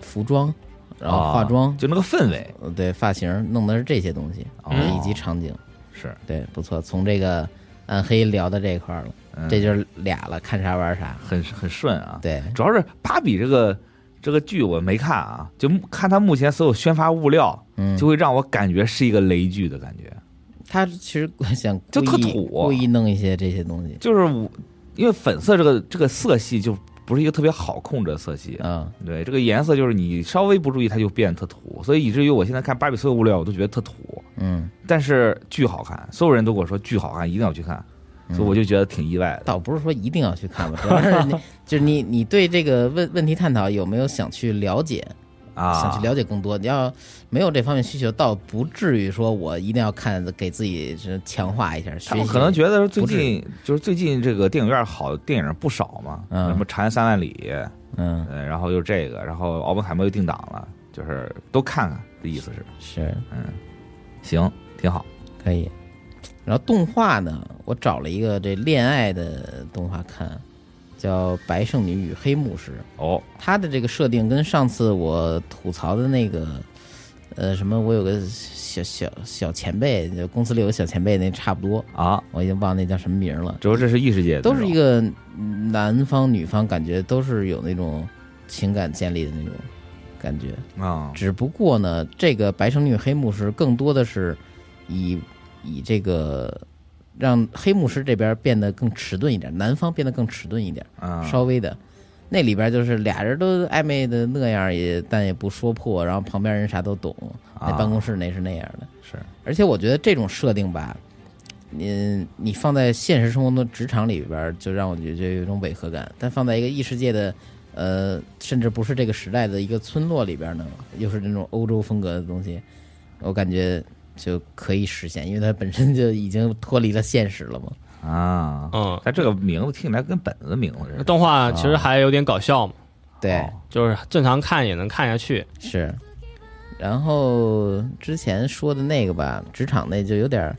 S2: 服装，然后化
S4: 啊
S2: 妆，
S4: 就那个氛围
S2: 呃对发型，弄的是这些东西、
S4: 啊哦
S2: 以及场景。
S4: 是
S2: 对，不错，从这个暗黑聊到这一块儿了，
S4: 嗯
S2: 这就是俩了，看啥玩啥。
S4: 很很顺啊。
S2: 对，
S4: 主要是芭比这个这个剧我没看啊，就看他目前所有宣发物料，
S2: 嗯，
S4: 就会让我感觉是一个雷剧的感觉。
S2: 他其实 想故
S4: 就特
S2: 意
S4: 土啊
S2: 故意弄一些这些东西。
S4: 就是我，因为粉色这个这个色系就不是一个特别好控制的色系，啊
S2: 嗯，
S4: 对，这个颜色就是你稍微不注意它就变得特土，所以以至于我现在看芭比所有物料我都觉得特土，
S2: 嗯，
S4: 但是巨好看，所有人都跟我说巨好看，一定要去看，
S2: 嗯
S4: 所以我就觉得挺意外的。
S2: 倒不是说一定要去看吧，主要 是你就是你你对这个问问题探讨有没有想去了解，想
S4: 啊
S2: 去，了解更多。你要没有这方面需求，倒不至于说我一定要看，给自己是强化一下学习。
S4: 他们可能觉得最
S2: 不至
S4: 近就是最近这个电影院好电影不少嘛，
S2: 嗯
S4: 什么《长安三万里》，
S2: 嗯
S4: 嗯，然后就是这个，然后《奥本海默》又定档了，就是都看看的意思是，
S2: 是
S4: 行，挺好。
S2: 可以。然后动画呢，我找了一个这恋爱的动画看，叫《白圣女与黑牧师》。
S4: 哦，
S2: 它的这个设定跟上次我吐槽的那个，呃，什么我有个小小小前辈，就公司里有个小前辈那差不多，
S4: 啊，
S2: 我已经忘了那叫什么名儿了。
S4: 主要这是异世界的那种，
S2: 都是一个男方女方，感觉都是有那种情感建立的那种感觉。
S4: 啊，
S2: 只不过呢，这个白圣女黑牧师更多的是以以这个让黑牧师这边变得更迟钝一点，男方变得更迟钝一点，
S4: 嗯，
S2: 稍微的。那里边就是俩人都暧昧的那样也，但也不说破，然后旁边人啥都懂。那
S4: 啊
S2: 办公室那是那样的，
S4: 是
S2: 而且我觉得这种设定吧，你你放在现实生活中职场里边儿，就让我觉得有一种违和感；但放在一个异世界的，呃，甚至不是这个时代的一个村落里边呢，又是那种欧洲风格的东西，我感觉就可以实现，因为它本身就已经脱离了现实了嘛。
S4: 啊，
S3: 嗯，
S4: 他这个名字听起来跟本子名字似的。
S3: 动画其实还有点搞笑嘛，
S2: 对，
S4: 哦
S3: 就是正常看也能看下去。
S2: 是。然后之前说的那个吧，职场内就有点儿，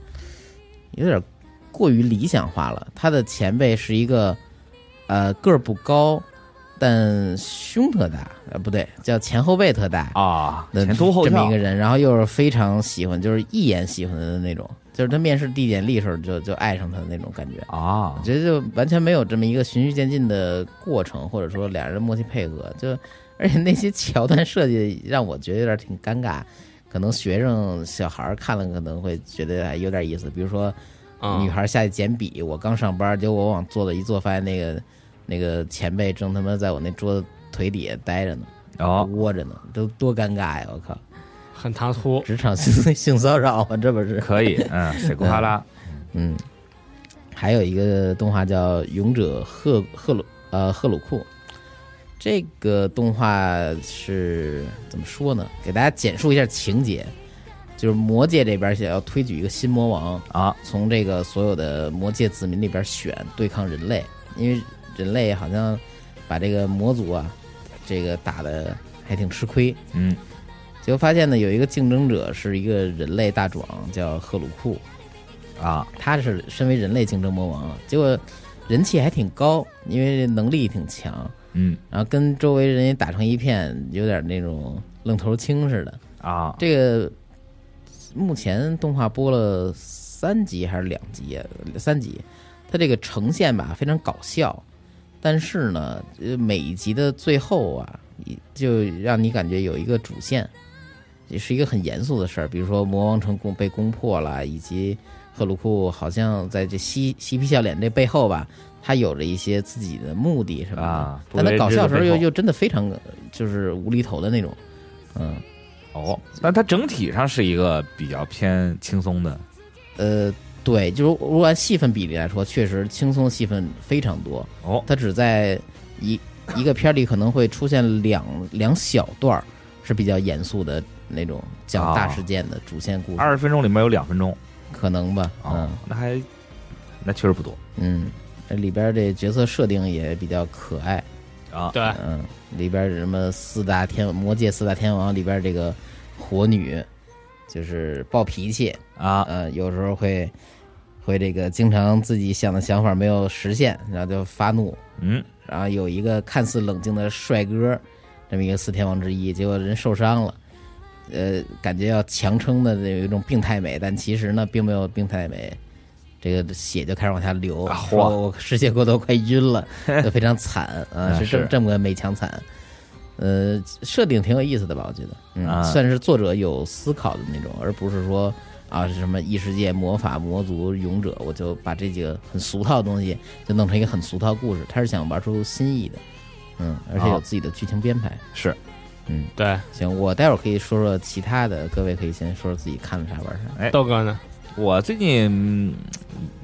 S2: 有点儿过于理想化了。他的前辈是一个，呃，个儿不高，但胸特大，呃，不对，叫前后背特大，
S4: 啊，
S2: 的
S4: 前凸后
S2: 这么
S4: 翘
S2: 一个人，然后又是非常喜欢，就是一眼喜欢的那种，就是他面试递简历时候就就爱上他的那种感觉。我
S4: 啊，
S2: 觉得就完全没有这么一个循序渐进的过程，或者说俩人的默契配合，就而且那些桥段设计让我觉得有点挺尴尬，可能学生小孩儿看了可能会觉得还有点意思，比如说女
S3: 嗯，
S2: 孩下去捡笔，我刚上班，结果我往桌子一坐，发现那个那个前辈正他妈在我那桌子腿底下待着呢，
S4: 哦，
S2: 窝着呢，都多尴尬呀！我靠，
S3: 很唐突。
S2: 职场性性骚扰啊，这不是？
S4: 可以，嗯，水库哈拉
S2: 嗯，还有一个动画叫《勇者赫赫鲁呃赫鲁库》，这个动画是怎么说呢？给大家简述一下情节，就是魔界这边想要推举一个新魔王，
S4: 啊，
S2: 从这个所有的魔界子民里边选对抗人类，因为人类好像把这个魔族啊，这个打的还挺吃亏。
S4: 嗯
S2: 结果发现呢，有一个竞争者是一个人类大壮，叫赫鲁库。
S4: 啊，
S2: 他是身为人类竞争魔王了，结果人气还挺高，因为能力挺强，
S4: 嗯
S2: 然后跟周围人也打成一片，有点那种愣头青似的。
S4: 啊，
S2: 这个目前动画播了三集还是两集啊？三集，它这个呈现吧非常搞笑，但是呢，呃每一集的最后啊，一就让你感觉有一个主线，也是一个很严肃的事儿，比如说魔王城攻被攻破了，以及赫鲁库好像在这嬉嬉皮笑脸这背后吧，他有着一些自己的目的什么的。
S4: 啊
S2: 但他搞笑的时候又
S4: 不为人知的背后
S2: 又真的非常呃就是无厘头的那种，嗯。
S4: 哦，那它整体上是一个比较偏轻松的
S2: 呃，对，就是如果按戏份比例来说，确实轻松的戏份非常多。
S4: 哦，
S2: 它只在一一个片儿里可能会出现两两小段儿是比较严肃的那种讲大事件的主线故事，
S4: 二十分钟里面有两分钟
S2: 可能吧？
S4: 啊，那还那确实不多
S2: 嗯嗯，这里边儿这角色设定也比较可爱。
S4: 啊，
S3: 对，
S2: 嗯，里边儿什么四大天魔界四大天王里边儿这个火女，就是暴脾气，
S4: 啊
S2: 呃，有时候会会这个经常自己想的想法没有实现，然后就发怒。
S4: 嗯
S2: 然后有一个看似冷静的帅哥，这么一个四天王之一，结果人受伤了，呃，感觉要强撑的有一种病态美，但其实呢，并没有病态美，这个血就开始往下流，
S4: 啊
S2: 说
S4: 嚯
S2: 我失血过多快晕了，就非常惨啊，
S4: 啊
S2: 是这
S4: 是
S2: 这么个美强惨。呃，设定挺有意思的吧？我觉得，嗯，
S4: 啊
S2: 算是作者有思考的那种，而不是说啊是什么异世界、魔法、魔族、勇者，我就把这几个很俗套的东西就弄成一个很俗套的故事。他是想玩出新意的，嗯，而且有
S4: 好
S2: 自己的剧情编排。
S4: 是
S2: 嗯，
S3: 对，
S2: 行，我待会儿可以说说其他的，各位可以先说说自己看了啥玩啥。
S3: 豆哥呢？
S4: 我最近嗯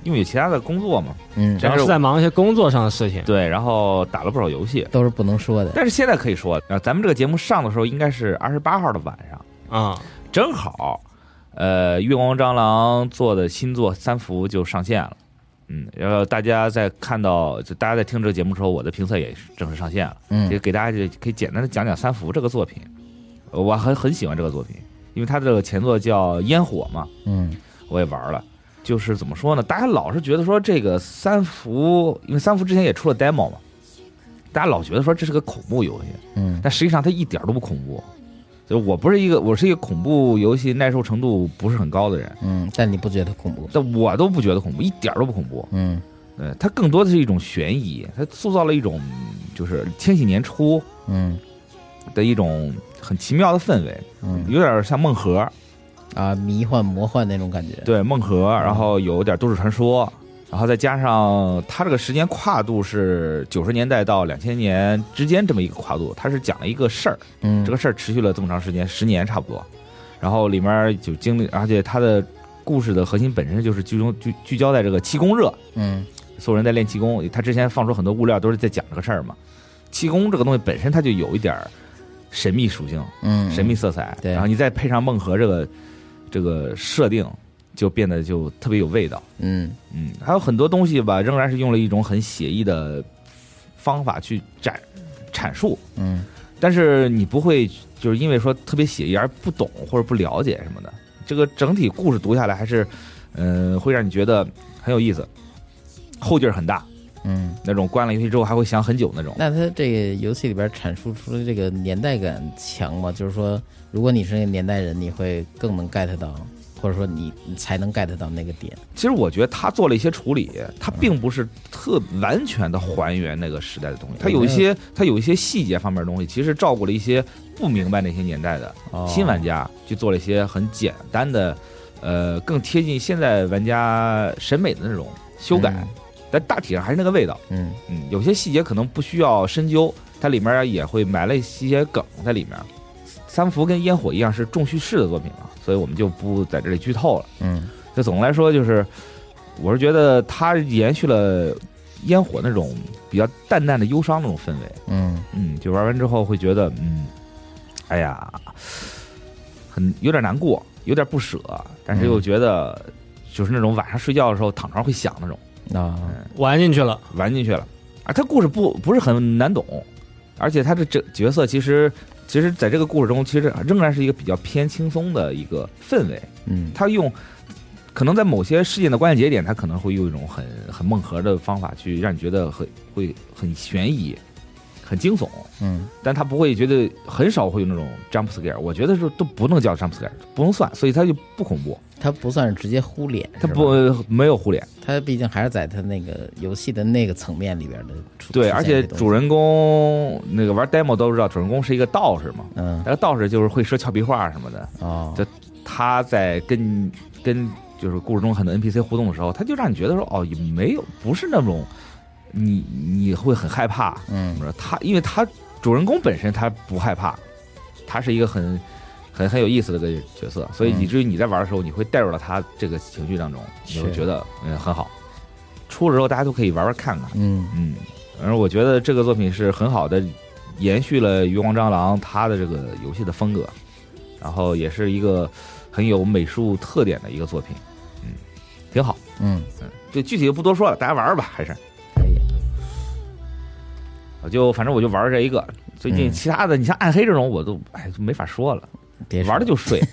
S4: 因为有其他的工作嘛，
S2: 嗯，
S3: 主
S4: 这
S3: 要是在忙一些工作上的事情。
S4: 对，然后打了不少游戏，
S2: 都是不能说的。
S4: 但是现在可以说，啊，咱们这个节目上的时候应该是二十八号的晚上，
S3: 啊，
S4: 正好，呃，月光蟑螂做的新作《三伏》就上线了。嗯，然后大家在看到，就大家在听这个节目的时候，我的评测也是正式上线了。也
S2: 嗯
S4: 给大家就可以简单的讲讲《三伏》这个作品。呃我很很喜欢这个作品，因为它这个前作叫《烟火》嘛，
S2: 嗯
S4: 我也玩了。就是怎么说呢？大家老是觉得说这个《三伏》，因为《三伏》之前也出了 demo 嘛，大家老觉得说这是个恐怖游戏，
S2: 嗯
S4: 但实际上它一点都不恐怖。就我不是一个，我是一个恐怖游戏耐受程度不是很高的人，
S2: 嗯，但你不觉得恐怖？
S4: 但我都不觉得恐怖，一点都不恐怖。
S2: 嗯
S4: 呃，它更多的是一种悬疑，它塑造了一种就是千禧年初
S2: 嗯
S4: 的一种很奇妙的氛围，
S2: 嗯
S4: 有点像梦核，
S2: 啊，迷幻魔幻那种感觉。
S4: 对梦核，然后有点都市传说，然后再加上它这个时间跨度是九十年代到两千年之间这么一个跨度，它是讲了一个事儿，
S2: 嗯，
S4: 这个事儿持续了这么长时间，十年差不多，然后里面就经历，而且它的故事的核心本身就是聚中聚聚焦在这个气功热，
S2: 嗯
S4: 所有人在练气功，他之前放出很多物料都是在讲这个事儿嘛，气功这个东西本身它就有一点儿神秘属性。
S2: 嗯
S4: 神秘色彩，
S2: 对
S4: 然后你再配上梦河这个这个设定，就变得就特别有味道。
S2: 嗯
S4: 嗯，还有很多东西吧，仍然是用了一种很写意的方法去展阐述，
S2: 嗯
S4: 但是你不会就是因为说特别写意而不懂或者不了解什么的。这个整体故事读下来还是，嗯、会让你觉得很有意思，后劲儿很大，
S2: 嗯。
S4: 那种关了游戏之后还会想很久那种。
S2: 那他这个游戏里边阐述出的这个年代感强吗？就是说，如果你是那个年代人，你会更能 get 到，或者说你你才能 get 到那个点。
S4: 其实我觉得他做了一些处理，他并不是特完全的还原那个时代的东西，他有一些他有一些细节方面的东西，其实照顾了一些不明白那些年代的
S2: 哦
S4: 新玩家，去做了一些很简单的，呃，更贴近现在玩家审美的那种修改，但大体上还是那个味道。
S2: 嗯
S4: 嗯，有些细节可能不需要深究，它里面也会埋了一些梗在里面。三伏跟烟火一样是重叙事的作品嘛，所以我们就不在这里剧透了。
S2: 嗯
S4: 这总的来说就是，我是觉得它延续了烟火那种比较淡淡的忧伤那种氛围。
S2: 嗯
S4: 嗯，就玩完之后会觉得，嗯，哎呀，很有点难过，有点不舍，但是又觉得就是那种晚上睡觉的时候躺床上会想那种，
S2: 嗯啊
S3: 玩进去了，
S4: 玩进去了。啊，它故事不不是很难懂，而且它的这角色其实其实在这个故事中，其实仍然是一个比较偏轻松的一个氛围。
S2: 嗯
S4: 他用可能在某些事件的关键节点，他可能会用一种很很梦核的方法去让你觉得很会很悬疑、很惊悚，
S2: 嗯
S4: 但他不会觉得很少会有那种 jump scare。我觉得是都不能叫 jump scare，不能算，所以他就不恐怖，
S2: 他不算是直接呼脸，
S4: 他
S2: 是吧
S4: 不没有互脸。
S2: 它毕竟还是在它那个游戏的那个层面里边的出
S4: 对，而且主
S2: 人
S4: 人公那个玩 demo 都知道，主人公是一个道士嘛，
S2: 嗯
S4: 那个道士就是会说俏皮话什么的。
S2: 哦
S4: 这他在跟跟就是故事中很多 NPC 互动的时候，他就让你觉得说哦，也没有不是那种你你会很害怕。
S2: 嗯
S4: 怎么说？他因为他主人公本身他不害怕，他是一个很很很有意思的一个角色，所以
S2: 嗯
S4: 以至于你在玩的时候，你会带入到他这个情绪当中，你会
S2: 是
S4: 觉得嗯很好。出了之后大家都可以玩玩看看，
S2: 嗯
S4: 嗯，反正我觉得这个作品是很好的延续了《月光蟑螂》它的这个游戏的风格，然后也是一个很有美术特点的一个作品，嗯，挺好，
S2: 嗯
S4: 嗯，就具体就不多说了，大家玩玩吧，还是
S2: 可以
S4: 我就反正我就玩这一个，最近
S2: 嗯
S4: 其他的你像暗黑这种我都哎就没法说了，
S2: 别说
S4: 玩了 就睡，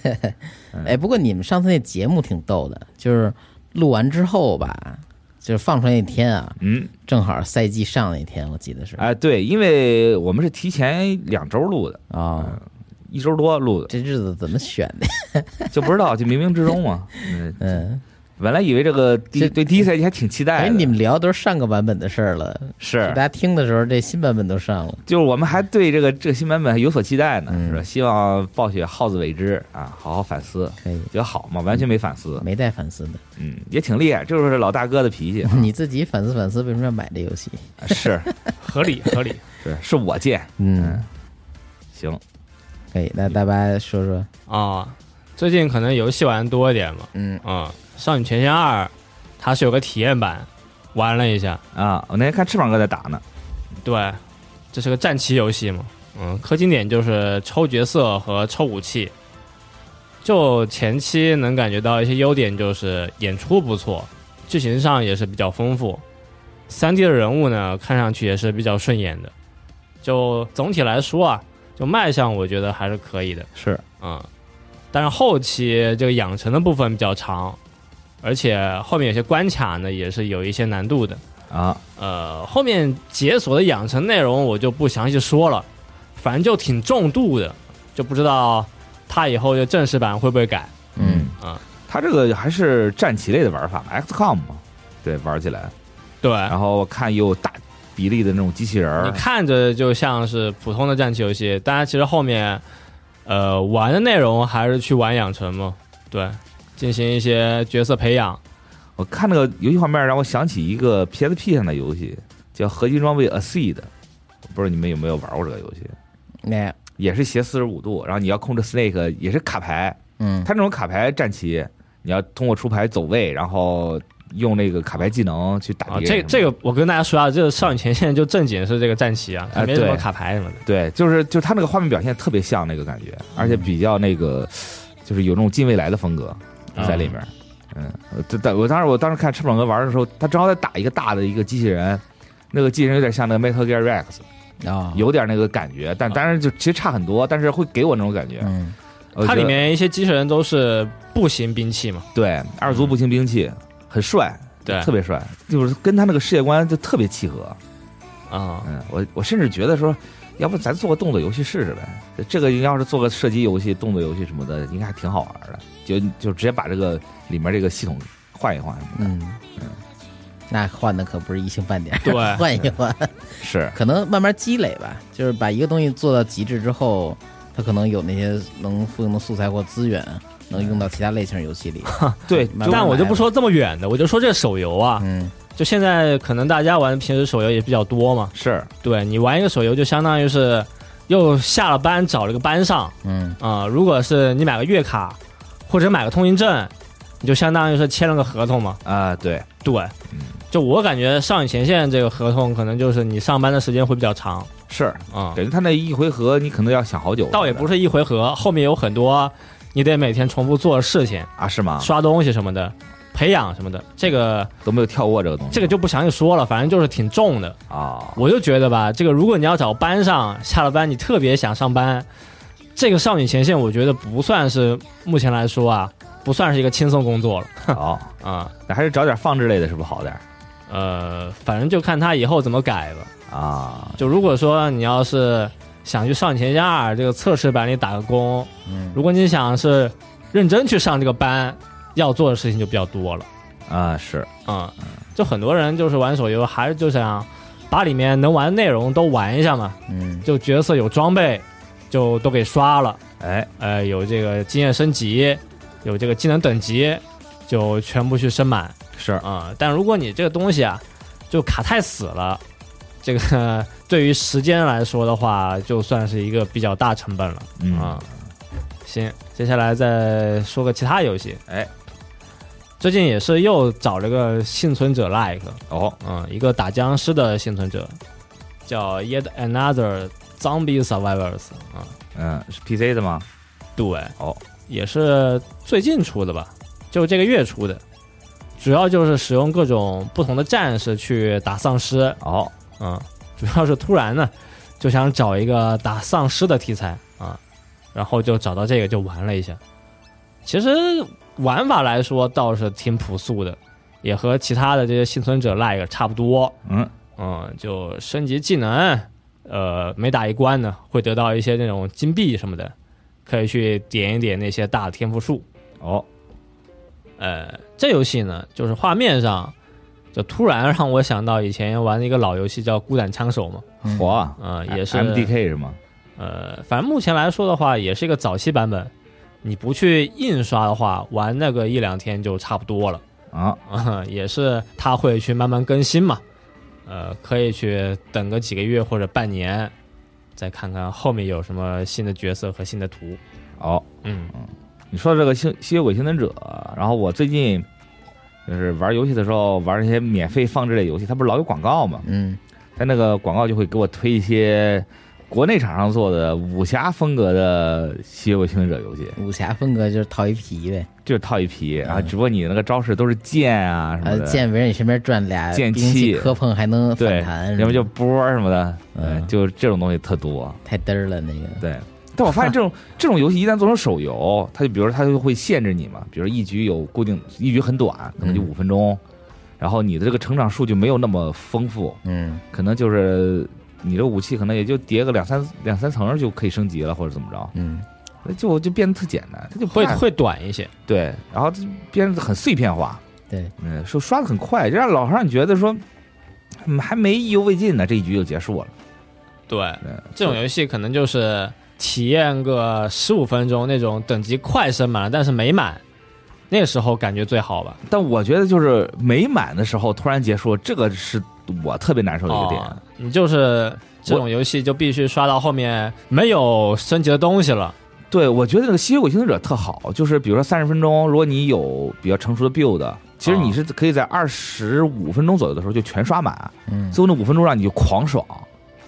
S2: 哎，不过你们上次那节目挺逗的，就是录完之后吧，就是放出来那天啊，
S4: 嗯，
S2: 正好赛季上那天，我记得是啊、
S4: 哎对，因为我们是提前两周录的，
S2: 哦，
S4: 一周多录的，
S2: 这日子怎么选的？
S4: 就不知道就冥冥之中嘛，嗯，
S2: 嗯
S4: 本来以为这个第
S2: 这
S4: 对第一赛季还挺期待
S2: 哎，
S4: 的，
S2: 你们聊都是上个版本的事儿了，
S4: 是
S2: 大家听的时候这新版本都上了。
S4: 就是我们还对这个这个新版本还有所期待呢，
S2: 嗯
S4: 是吧？希望暴雪好自为之啊，好好反思。
S2: 可以，
S4: 觉得好嘛，完全没反思，
S2: 没带反思 的，，
S4: 嗯，也挺厉害，这就是老大哥的脾气
S2: 你自己反思反思，为什么要买这游戏？
S4: 是
S3: 合理合理。
S4: 是是我贱，
S2: 嗯，
S4: 行，
S2: 可以，那大家说说，
S3: 啊、最近可能游戏玩多一点嘛，
S2: 嗯，
S3: 嗯，《少女前线二》它是有个体验版，玩了一下，
S4: 啊，我那天看翅膀哥在打呢，
S3: 对，这是个战棋游戏嘛，嗯，氪金点就是抽角色和抽武器。就前期能感觉到一些优点，就是演出不错，剧情上也是比较丰富，三 D 的人物呢看上去也是比较顺眼的。就总体来说啊，就卖相我觉得还是可以的。
S4: 是
S3: 嗯，但是后期这个养成的部分比较长，而且后面有些关卡呢也是有一些难度的。
S4: 啊，
S3: 呃，后面解锁的养成内容我就不详细说了，反正就挺重度的，就不知道它以后的正式版会不会改。
S2: 嗯，
S3: 啊，
S4: 他这个还是战棋类的玩法嘛，XCOM 嘛，对，玩起来，
S3: 对，
S4: 然后看也有大比例的那种机器人
S3: 哎你
S4: 儿，
S3: 看着就像是普通的战棋游戏，当然其实后面，呃，玩的内容还是去玩养成嘛，对，进行一些角色培养。
S4: 我看那个游戏画面让我想起一个 PSP 上的游戏，叫《合金装备 A Seed》，我不知道你们有没有玩过这个游戏，
S2: 那
S4: 也是斜四十五度，然后你要控制 Snake，也是卡牌，
S2: 嗯
S4: 他那种卡牌战棋，你要通过出牌走位，然后用那个卡牌技能去打
S3: 啊，
S4: 敌人什么
S3: 这
S4: 的、
S3: 个这个我跟大家说啊，这个少女前线就正经是这个战旗啊，
S4: 啊
S3: 没什么
S4: 对
S3: 卡牌什么的。
S4: 对，就是就是他那个画面表现特别像那个感觉，而且比较那个，就是有那种近未来的风格
S3: 啊
S4: 在里面。嗯，这但我当时我当时看翅膀哥玩的时候，他正好在打一个大的一个机器人，那个机器人有点像那个 Metal Gear Rex，
S2: 啊，
S4: 有点那个感觉，但当然就其实差很多，但是会给我那种感觉。
S2: 嗯
S4: 我
S3: 它
S4: 觉得
S3: 里面一些机器人都是步行兵器嘛，
S4: 对二足步行兵器很帅，
S3: 对，
S4: 特别帅，就是跟他那个世界观就特别契合。
S3: 啊、
S4: 嗯，我我甚至觉得说，要不咱做个动作游戏试试呗？这个要是做个射击游戏、动作游戏什么的，应该还挺好玩的。就就直接把这个里面这个系统换一换什么的。
S2: 嗯，那换的可不是一星半 点儿，
S3: 对
S2: 换一换，
S4: 是，
S2: 可能慢慢积累吧，就是把一个东西做到极致之后，它可能有那些能复用的素材或资源，能用到其他类型游 戏里。
S4: 对，
S2: 慢慢
S4: 就
S3: 但我就
S2: 来
S3: 不说这么远的，我就说这手游啊，
S2: 嗯
S3: 就现在可能大家玩平时手游也比较多嘛，
S4: 是
S3: 对你玩一个手游就相当于是又下了班找了个班上
S2: 嗯
S3: 啊、如果是你买个月卡或者买个通行证，你就相当于是签了个合同嘛，
S4: 啊、对，
S3: 对，就我感觉少女前线这个合同可能就是你上班的时间会比较长
S4: 是，
S3: 啊。
S4: 感觉他那一回合你可能要想好久。
S3: 倒也不是一回合，后面有很多你得每天重复做的事情，
S4: 啊，是吗？
S3: 刷东西什么的，培养什么的，这个
S4: 都没有跳过这个东西。
S3: 这个就不详细说了，反正就是挺重的。
S4: 啊、
S3: 我就觉得吧，这个如果你要找班上，下了班你特别想上班，这个少女前线我觉得不算是目前来说啊，不算是一个轻松工作了
S4: 好，
S3: 啊、
S4: 那还是找点放置类的，是不是好点儿
S3: 呃，反正就看他以后怎么改吧。
S4: 啊？
S3: 就如果说你要是想去《少女前线二》这个测试版里打个工，
S2: 嗯
S3: 如果你想是认真去上这个班，要做的事情就比较多了
S4: 啊，是，
S3: 啊、嗯。就很多人就是玩手游，还是就想把里面能玩的内容都玩一下嘛，
S2: 嗯
S3: 就角色有装备就都给刷了，
S4: 哎，
S3: 呃，有这个经验升级，有这个技能等级，就全部去升满
S4: 是
S3: 啊、但如果你这个东西啊，就卡太死了。这个对于时间来说的话，就算是一个比较大成本了。
S4: 嗯
S3: 啊、行，接下来再说个其他游戏。
S4: 哎，
S3: 最近也是又找了个幸存者 like，
S4: 哦，
S3: 嗯，一个打僵尸的幸存者，叫 Yet Another Zombie Survivors 啊、
S4: 嗯，是 PC 的吗？
S3: 对，
S4: 哦，
S3: 也是最近出的吧，就这个月出的。主要就是使用各种不同的战士去打丧尸，
S4: 哦，
S3: 嗯，主要是突然呢就想找一个打丧尸的题材啊、然后就找到这个就玩了一下。其实玩法来说倒是挺朴素的，也和其他的这些幸存者 like 差不多。
S4: 嗯，
S3: 嗯，就升级技能，呃，每打一关呢会得到一些那种金币什么的，可以去点一点那些大的天赋树。
S4: 哦，
S3: 呃，这游戏呢，就是画面上就突然让我想到以前玩的一个老游戏叫《孤胆枪手》嘛，
S2: 嗯
S4: 火啊
S3: 呃，也是
S4: MDK 是吗？
S3: 呃，反正目前来说的话，也是一个早期版本。你不去印刷的话，玩那个一两天就差不多了。
S4: 啊，
S3: 啊、也是它会去慢慢更新嘛，呃，可以去等个几个月或者半年，再看看后面有什么新的角色和新的图。
S4: 哦，
S3: 嗯
S4: 你说这个吸吸血鬼幸存者，然后我最近就是玩游戏的时候玩一些免费放置类游戏，它不是老有广告吗？
S2: 嗯
S4: 它那个广告就会给我推一些国内厂商做的武侠风格的吸血鬼幸存者游戏，
S2: 武侠风格就是套一皮呗，
S4: 就是套一皮，然后
S2: 嗯
S4: 只不过你那个招式都是剑啊什么
S2: 呃，
S4: 的，
S2: 剑围着你身边转俩
S4: 剑
S2: 兵器
S4: 气
S2: 磕碰还能
S4: 对
S2: 反弹，，
S4: 要么就波儿什么的，
S2: 嗯
S4: 嗯，就这种东西特多。
S2: 太嘚儿了那个，
S4: 对，但我发 现这种这种游戏一旦做成手游，它就比如说它就会限制你嘛，比如一局有固定，一局很短，可能就
S2: 嗯
S4: 五分钟，然后你的这个成长数就没有那么丰富，
S2: 嗯
S4: 可能就是你这武器可能也就叠个两三两三层就可以升级了，或者怎么着，
S2: 嗯
S4: 那就就变得特简单，它就不
S3: 会
S4: 大
S3: 会短一些，
S4: 对，然后就变得很碎片化，
S2: 对，
S4: 嗯，说刷的很快，就让老让你觉得说。嗯还没意犹未尽呢，这一局就结束了。
S3: 对，
S4: 嗯
S3: 这种游戏可能就是体验个十五分钟那种等级快升满了，但是没满，那个时候感觉最好吧。
S4: 但我觉得就是没满的时候突然结束，这个是我特别难受的一个点。
S3: 哦，你就是这种游戏就必须刷到后面没有升级的东西了。
S4: 对，我觉得这个吸血鬼幸存者特好，就是比如说三十分钟，如果你有比较成熟的 build，其
S3: 哦
S4: 实你是可以在二十五分钟左右的时候就全刷满，
S2: 嗯
S4: 最后那五分钟让你就狂爽，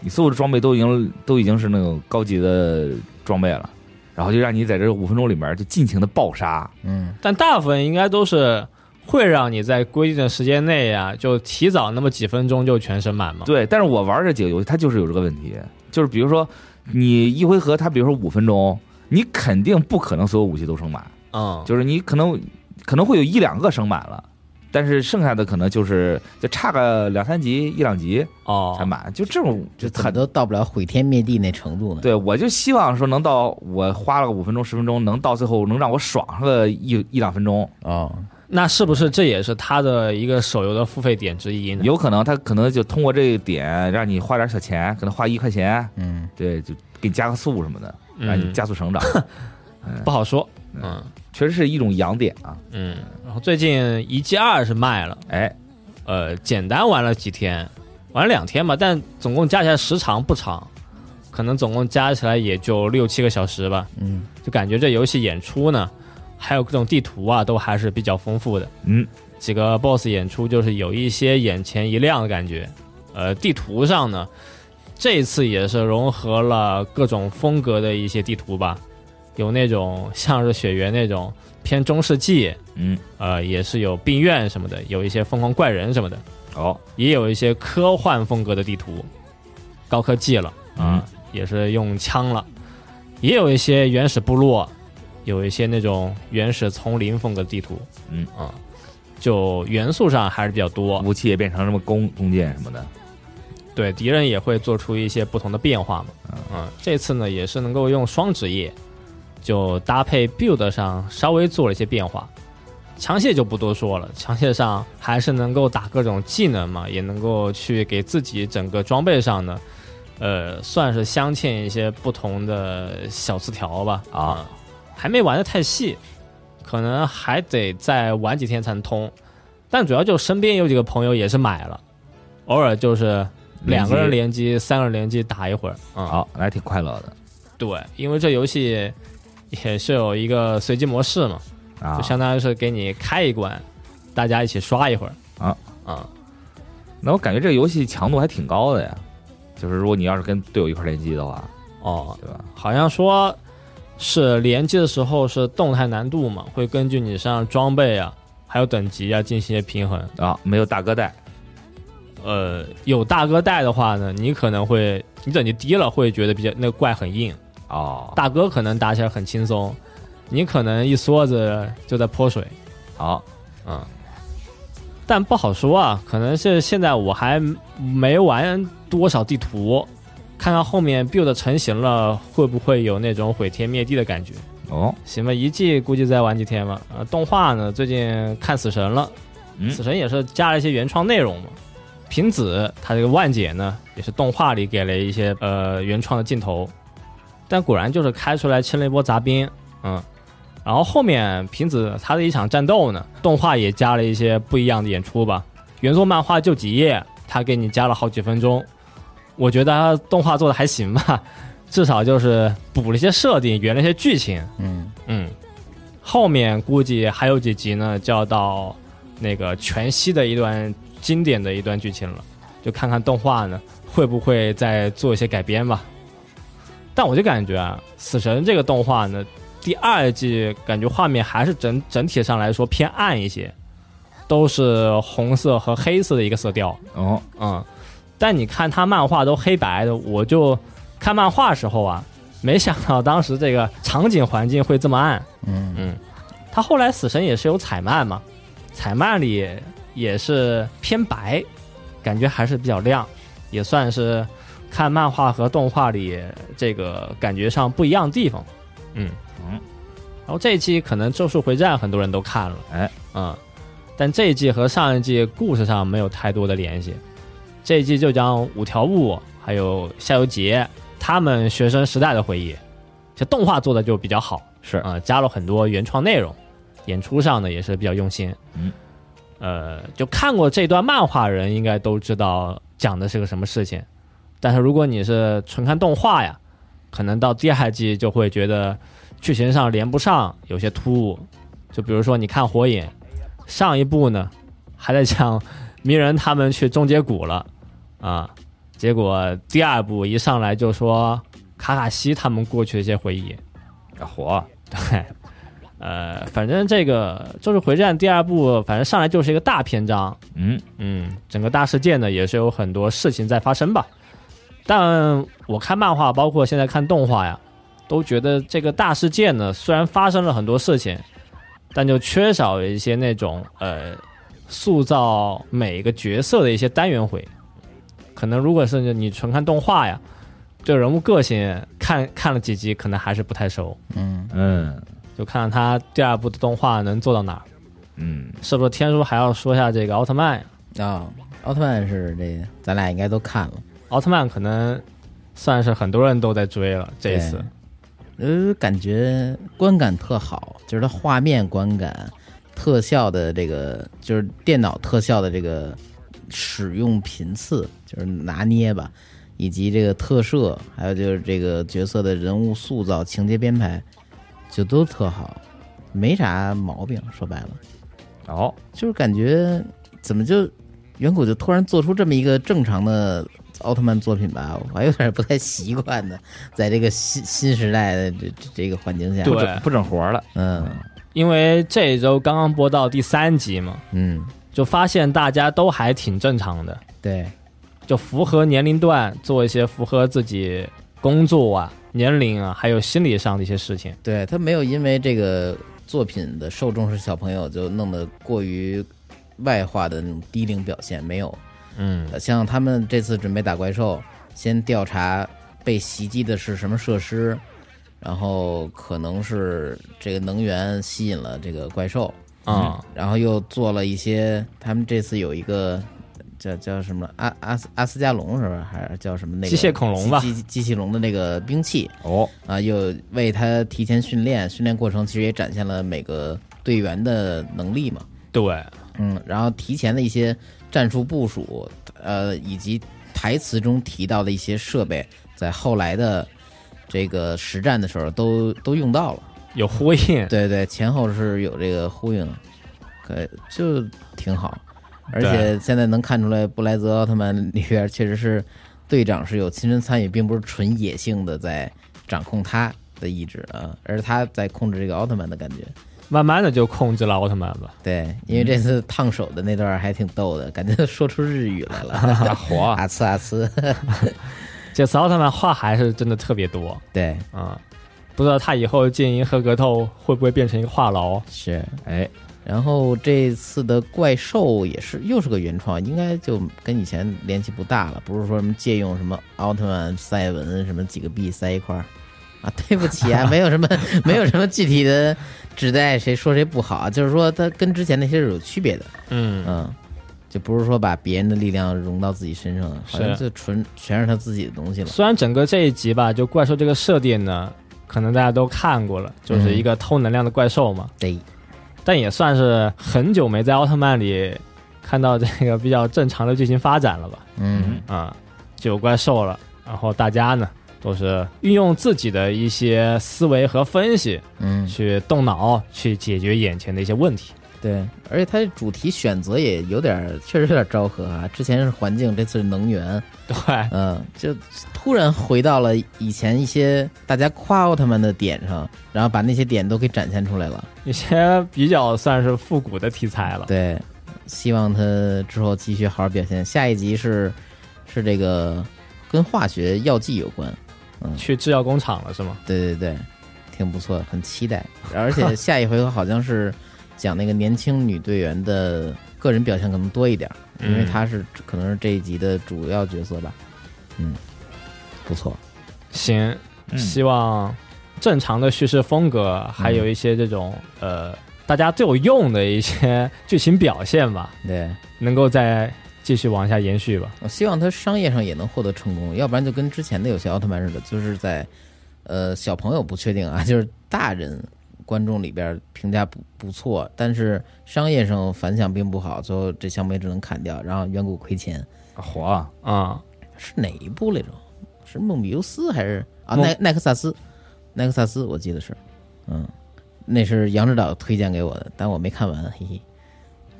S4: 你所有的装备都已经都已经是那种高级的装备了，然后就让你在这五分钟里面就尽情的暴杀。
S2: 嗯
S3: 但大部分应该都是会让你在规定的时间内啊，就提早那么几分钟就全身满嘛。
S4: 对，但是我玩这几个游戏，它就是有这个问题，就是比如说你一回合，它比如说五分钟，你肯定不可能所有武器都升满。
S3: 嗯，
S4: 就是你可能可能会有一两个升满了，但是剩下的可能就是就差个两三级一两级才
S3: 哦，
S4: 满，就这种
S2: 就
S4: 就
S2: 怎么
S4: 很
S2: 都到不了毁天灭地那程度呢，
S4: 对，我就希望说能到我花了个五分钟十分钟，能到最后能让我爽上个一一两分钟，
S2: 哦，
S3: 那是不是这也是它的一个手游的付费点之一呢？
S4: 有可能他可能就通过这一点让你花点小钱，可能花一块钱，
S2: 嗯
S4: 对，就给你加个速什么的，让你
S3: 嗯，
S4: 加速成长，
S3: 不好说。
S4: 嗯
S3: 嗯
S4: 确实是一种养点啊，
S3: 嗯，然后最近一 G 二是卖了，
S4: 哎，
S3: 呃，简单玩了几天，玩了两天吧，但总共加起来时长不长，可能总共加起来也就六七个小时吧。
S2: 嗯
S3: 就感觉这游戏演出呢，还有各种地图啊，都还是比较丰富的。
S4: 嗯，
S3: 几个 BOSS 演出就是有一些眼前一亮的感觉。呃，地图上呢，这次也是融合了各种风格的一些地图吧，有那种像是雪原那种偏中世纪，
S4: 嗯，
S3: 呃，也是有病院什么的，有一些疯狂怪人什么的，
S4: 哦，
S3: 也有一些科幻风格的地图，高科技了啊、也是用枪了，也有一些原始部落，有一些那种原始丛林风格的地图，
S4: 嗯
S3: 啊、就元素上还是比较多，
S4: 武器也变成什么弓弓箭什么的，
S3: 对敌人也会做出一些不同的变化嘛，嗯、这次呢也是能够用双职业，就搭配 build 上稍微做了一些变化。枪械就不多说了，枪械上还是能够打各种技能嘛，也能够去给自己整个装备上呢，呃，算是镶嵌一些不同的小词条吧。
S4: 啊
S3: 嗯还没玩的太细，可能还得再玩几天才能通。但主要就身边有几个朋友也是买了，偶尔就是两个人
S4: 连
S3: 联机、三个人联机打一会儿。嗯，
S4: 接，好，那还挺快乐的
S3: 对，因为这游戏也是有一个随机模式嘛，
S4: 啊，
S3: 就相当于是给你开一关，大家一起刷一会儿。
S4: 啊
S3: 啊，
S4: 那我感觉这个游戏强度还挺高的呀，就是如果你要是跟队友一块儿联机的话，
S3: 哦，
S4: 对吧？
S3: 好像说是联机的时候是动态难度嘛，会根据你身上装备啊，还有等级啊进行一些平衡。
S4: 啊，没有大哥带，
S3: 呃，有大哥带的话呢，你可能会你等级低了会觉得比较那个怪很硬，
S4: 哦，
S3: 大哥可能打起来很轻松，你可能一梭子就在泼水。
S4: 好，
S3: 嗯，但不好说啊，可能是现在我还没玩多少地图，看看后面 build 成型了，会不会有那种毁天灭地的感觉？
S4: 哦，
S3: 行吧，一季估计再玩几天吧。呃，动画呢，最近看死神了，
S4: 嗯
S3: 死神也是加了一些原创内容嘛。平子她这个万姐呢，也是动画里给了一些呃原创的镜头，但果然就是开出来清了一波杂兵，嗯。然后后面平子她的一场战斗呢，动画也加了一些不一样的演出吧。原作漫画就几页，他给你加了好几分钟，我觉得他动画做的还行吧，至少就是补了一些设定，圆了一些剧情。
S2: 嗯，
S3: 嗯，后面估计还有几集呢，就要到那个全息的一段经典的一段剧情了，就看看动画呢会不会再做一些改编吧。但我就感觉啊，死神这个动画呢，第二季感觉画面还是整整体上来说偏暗一些，都是红色和黑色的一个色调。
S4: 哦，
S3: 嗯，但你看他漫画都黑白的，我就看漫画时候啊，没想到当时这个场景环境会这么暗。
S2: 嗯
S3: 他后来死神也是有彩漫嘛，彩漫里也是偏白，感觉还是比较亮，也算是看漫画和动画里这个感觉上不一样的地方。嗯
S4: 嗯。
S3: 然后这一季可能《咒术回战》很多人都看了，
S4: 哎，
S3: 嗯，但这一季和上一季故事上没有太多的联系。这一季就讲五条悟还有夏油杰他们学生时代的回忆，这动画做的就比较好。
S4: 是，
S3: 啊、加了很多原创内容，演出上呢也是比较用心。
S4: 嗯，
S3: 呃，就看过这段漫画人应该都知道讲的是个什么事情，但是如果你是纯看动画呀，可能到第二季就会觉得剧情上连不上，有些突兀。就比如说你看《火影》，上一部呢还在讲鸣人他们去终结谷了啊，结果第二部一上来就说卡卡西他们过去的一些回忆，
S4: 啊火，
S3: 对，呃，反正这个《咒术回战》第二部，反正上来就是一个大篇章，
S4: 嗯，
S3: 嗯，整个大事件呢也是有很多事情在发生吧。但我看漫画，包括现在看动画呀，都觉得这个大事件呢，虽然发生了很多事情，但就缺少一些那种呃，塑造每个角色的一些单元回。可能如果是你纯看动画呀，对人物个性看 看了几集，可能还是不太熟。
S2: 嗯
S4: 嗯
S3: 就看看他第二部的动画能做到哪儿。
S4: 嗯，
S3: 是不是天叔还要说一下这个奥特曼？
S2: 啊，奥特曼是这，咱俩应该都看了，
S3: 奥特曼可能算是很多人都在追了这一次
S2: 对。呃，感觉观感特好，就是它画面观感、特效的这个，就是电脑特效的这个使用频次，就是拿捏吧，以及这个特摄，还有就是这个角色的人物塑造、情节编排，就都特好，没啥毛病。说白了，
S4: 哦，
S2: 就是感觉怎么就远古就突然做出这么一个正常的奥特曼作品吧，我还有点不太习惯的，在这个新新时代的这这这个环境下，
S3: 对
S4: 不整不整活了，
S2: 嗯
S3: 因为这一周刚刚播到第三集嘛，
S2: 嗯，
S3: 就发现大家都还挺正常的，
S2: 对，
S3: 就符合年龄段做一些符合自己工作啊、年龄啊，还有心理上的一些事情。
S2: 对他没有因为这个作品的受众是小朋友就弄得过于外化的那种低龄表现，没有，
S3: 嗯
S2: 呃像他们这次准备打怪兽，先调查被袭击的是什么设施，然后可能是这个能源吸引了这个怪兽，
S3: 啊、
S2: 然后又做了一些，他们这次有一个叫叫什么阿阿斯阿斯加龙是吧？还是叫什么那个
S3: 机械恐龙吧
S2: 机机机器龙的那个兵器
S4: 哦，
S2: 啊，又为他提前训练，训练过程其实也展现了每个队员的能力嘛。
S3: 对，
S2: 嗯，然后提前的一些战术部署，呃，以及台词中提到的一些设备，在后来的这个实战的时候都都用到了。
S3: 有呼应。
S2: 对对，前后是有这个呼应，可就挺好。而且现在能看出来，布莱泽奥特曼里边确实是队长是有亲身参与，并不是纯野性的在掌控他的意志啊，而是他在控制这个奥特曼的感觉。
S3: 慢慢的就控制了奥特曼吧。
S2: 对，因为这次烫手的那段还挺逗的，感觉都说出日语来
S4: 啊
S2: 了，
S4: 火，
S2: 啊呲啊呲，
S3: 这次奥特曼话还是真的特别多。
S2: 对，
S3: 啊、不知道他以后进银河格斗会不会变成一个话痨？哦
S2: 是。
S4: 哎，
S2: 然后这次的怪兽也是又是个原创，应该就跟以前联系不大了，不是说什么借用什么奥特曼赛文什么几个币塞一块儿 啊，对不起啊，没有什么 没有什么具体的指代谁说谁不好啊，就是说它跟之前那些是有区别的，
S3: 嗯，
S2: 嗯，就不是说把别人的力量融到自己身上，好像就
S3: 是
S2: 纯全是他自己的东西了。
S3: 虽然整个这一集吧，就怪兽这个设定呢，可能大家都看过了，就是一个偷能量的怪兽嘛，
S2: 对，
S3: 但也算是很久没在奥特曼里看到这个比较正常的剧情发展了吧。
S2: 嗯，
S3: 啊、就有怪兽了。然后大家呢，都是运用自己的一些思维和分析，
S2: 嗯，
S3: 去动脑去解决眼前的一些问题。
S2: 对，而且它的主题选择也有点儿，确实有点儿昭和啊。之前是环境，这次是能源，
S3: 对，
S2: 嗯，就突然回到了以前一些大家夸奥特曼的点上，然后把那些点都给展现出来了。
S3: 一些比较算是复古的题材了。
S2: 对，希望他之后继续好好表现。下一集是是这个跟化学药剂有关，
S3: 去制药工厂了是吗？
S2: 对对对，挺不错，很期待。而 且下一回合好像是讲那个年轻女队员的个人表现可能多一点儿，因为
S3: 嗯
S2: 她是可能是这一集的主要角色吧。嗯，不错，
S3: 行，
S4: 嗯
S3: 希望正常的叙事风格，还有一些这种、呃大家最有用的一些剧情表现吧，
S2: 对。
S3: 能够再继续往下延续吧。
S2: 我希望他商业上也能获得成功，要不然就跟之前的有些奥特曼似的，就是在呃小朋友不确定啊， 就是大人观众里边评价不不错，但是商业上反响并不好，最后这项目也只能砍掉，然后远古亏钱
S4: 火啊，
S3: 啊、
S2: 是哪一部来着？是梦比优斯还是啊
S3: 梦
S2: 奈奈克萨斯？奈克萨斯我记得是，嗯，那是杨指导推荐给我的，但我没看完，嘿嘿，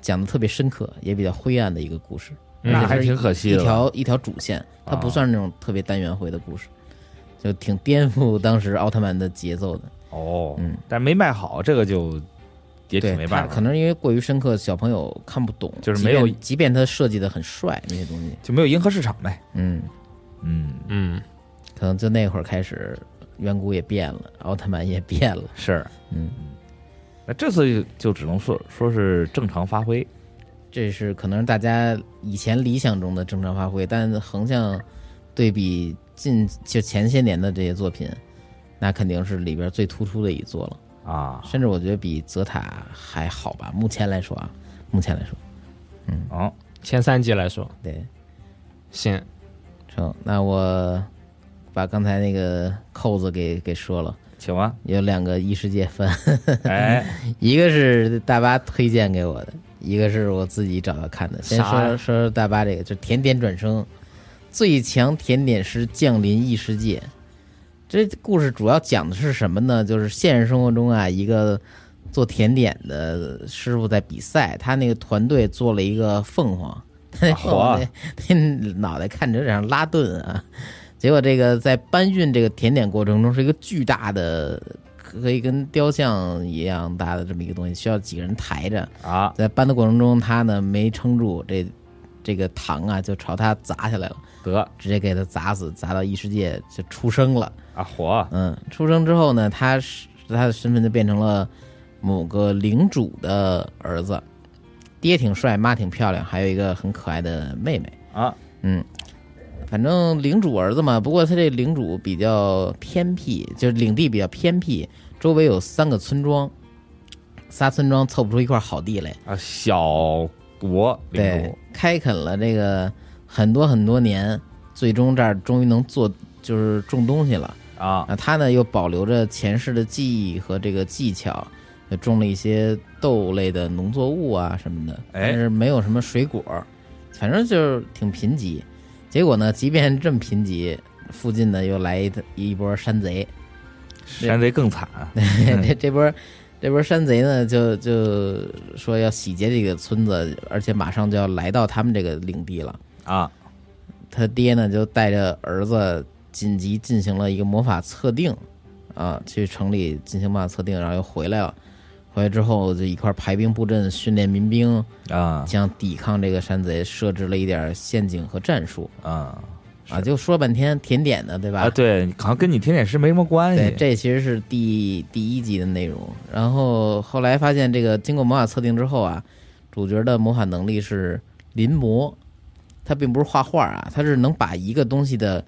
S2: 讲的特别深刻，也比较灰暗的一个故事。
S3: 嗯
S4: 那还挺可惜
S2: 一
S4: 的。啊
S2: 条一条主线，它不算是那种特别单元回的故事，就挺颠覆当时奥特曼的节奏的。
S4: 哦，
S2: 嗯，
S4: 但没卖好，这个就也
S2: 对
S4: 挺没，办
S2: 它
S4: 法，
S2: 可能是因为过于深刻，小朋友看不懂，
S4: 就是
S2: 即
S4: 没
S2: 便
S4: 有
S2: 即便它设计的很帅那些东西，
S4: 就没有迎合市场呗。
S2: 嗯，
S4: 嗯，
S3: 嗯，
S2: 可能就那会儿开始，远古也变了，奥特曼也变了，
S4: 是，
S2: 嗯，
S4: 那这次就只能说说是正常发挥。
S2: 这是可能是大家以前理想中的正常发挥，但横向对比近就前些年的这些作品，那肯定是里边最突出的一座了。
S4: 啊，
S2: 甚至我觉得比泽塔还好吧，目前来说啊，目前来说，
S4: 哦，
S3: 前三集来说，
S2: 对，
S3: 行，
S2: 成。那我把刚才那个扣子给给说了，
S4: 请问，
S2: 有两个异世界番，
S4: 哎，
S2: 一个是大巴推荐给我的，一个是我自己找到看的。先
S3: 啥呀
S2: 说说说大巴这个，就是甜点转生，最强甜点师降临异世界。这故事主要讲的是什么呢？就是现实生活中啊，一个做甜点的师傅在比赛，他那个团队做了一个凤凰， 那凤凰 那那脑袋看着有点拉顿啊。结果这个在搬运这个甜点过程中是一个巨大的，可以跟雕像一样大的这么一个东西，需要几个人抬着。
S4: 啊，
S2: 在搬的过程中，他呢没撑住，这这个糖啊就朝他砸下来了，
S4: 得
S2: 直接给他砸死，砸到异世界就出生了。
S4: 啊，火，
S2: 嗯，出生之后呢，他是他的身份就变成了某个领主的儿子，爹挺帅，妈挺漂亮，还有一个很可爱的妹妹。
S4: 啊，
S2: 嗯，反正领主儿子嘛，不过他这领主比较偏僻，就是领地比较偏僻，周围有三个村庄，仨村庄凑不出一块好地来。
S4: 啊，小国领
S2: 对
S4: 主，，
S2: 开垦了这个很多很多年，最终这儿终于能做就是种东西了。
S4: 啊，
S2: 啊，他呢又保留着前世的记忆和这个技巧，就种了一些豆类的农作物啊什么的，
S4: 哎
S2: 但是没有什么水果，反正就是挺贫瘠。结果呢，即便这么贫瘠，附近呢又来一一波山贼，
S4: 山贼更惨，嗯
S2: 这这波这波山贼呢就就说要洗劫这个村子，而且马上就要来到他们这个领地了。
S4: 啊，
S2: 他爹呢就带着儿子紧急进行了一个魔法测定，啊，去城里进行魔法测定，然后又回来了。回来之后就一块儿排兵布阵，训练民兵，
S4: 啊，
S2: 想抵抗这个山贼，设置了一点陷阱和战术
S4: 啊，
S2: 啊。就说半天甜点的，对吧？
S4: 啊，对，好像跟你甜点师没什么关
S2: 对，
S4: 系，
S2: 这其实是第第一集的内容。然后后来发现，这个经过魔法测定之后啊，主角的魔法能力是临摹，他并不是画画啊，他是能把一个东西的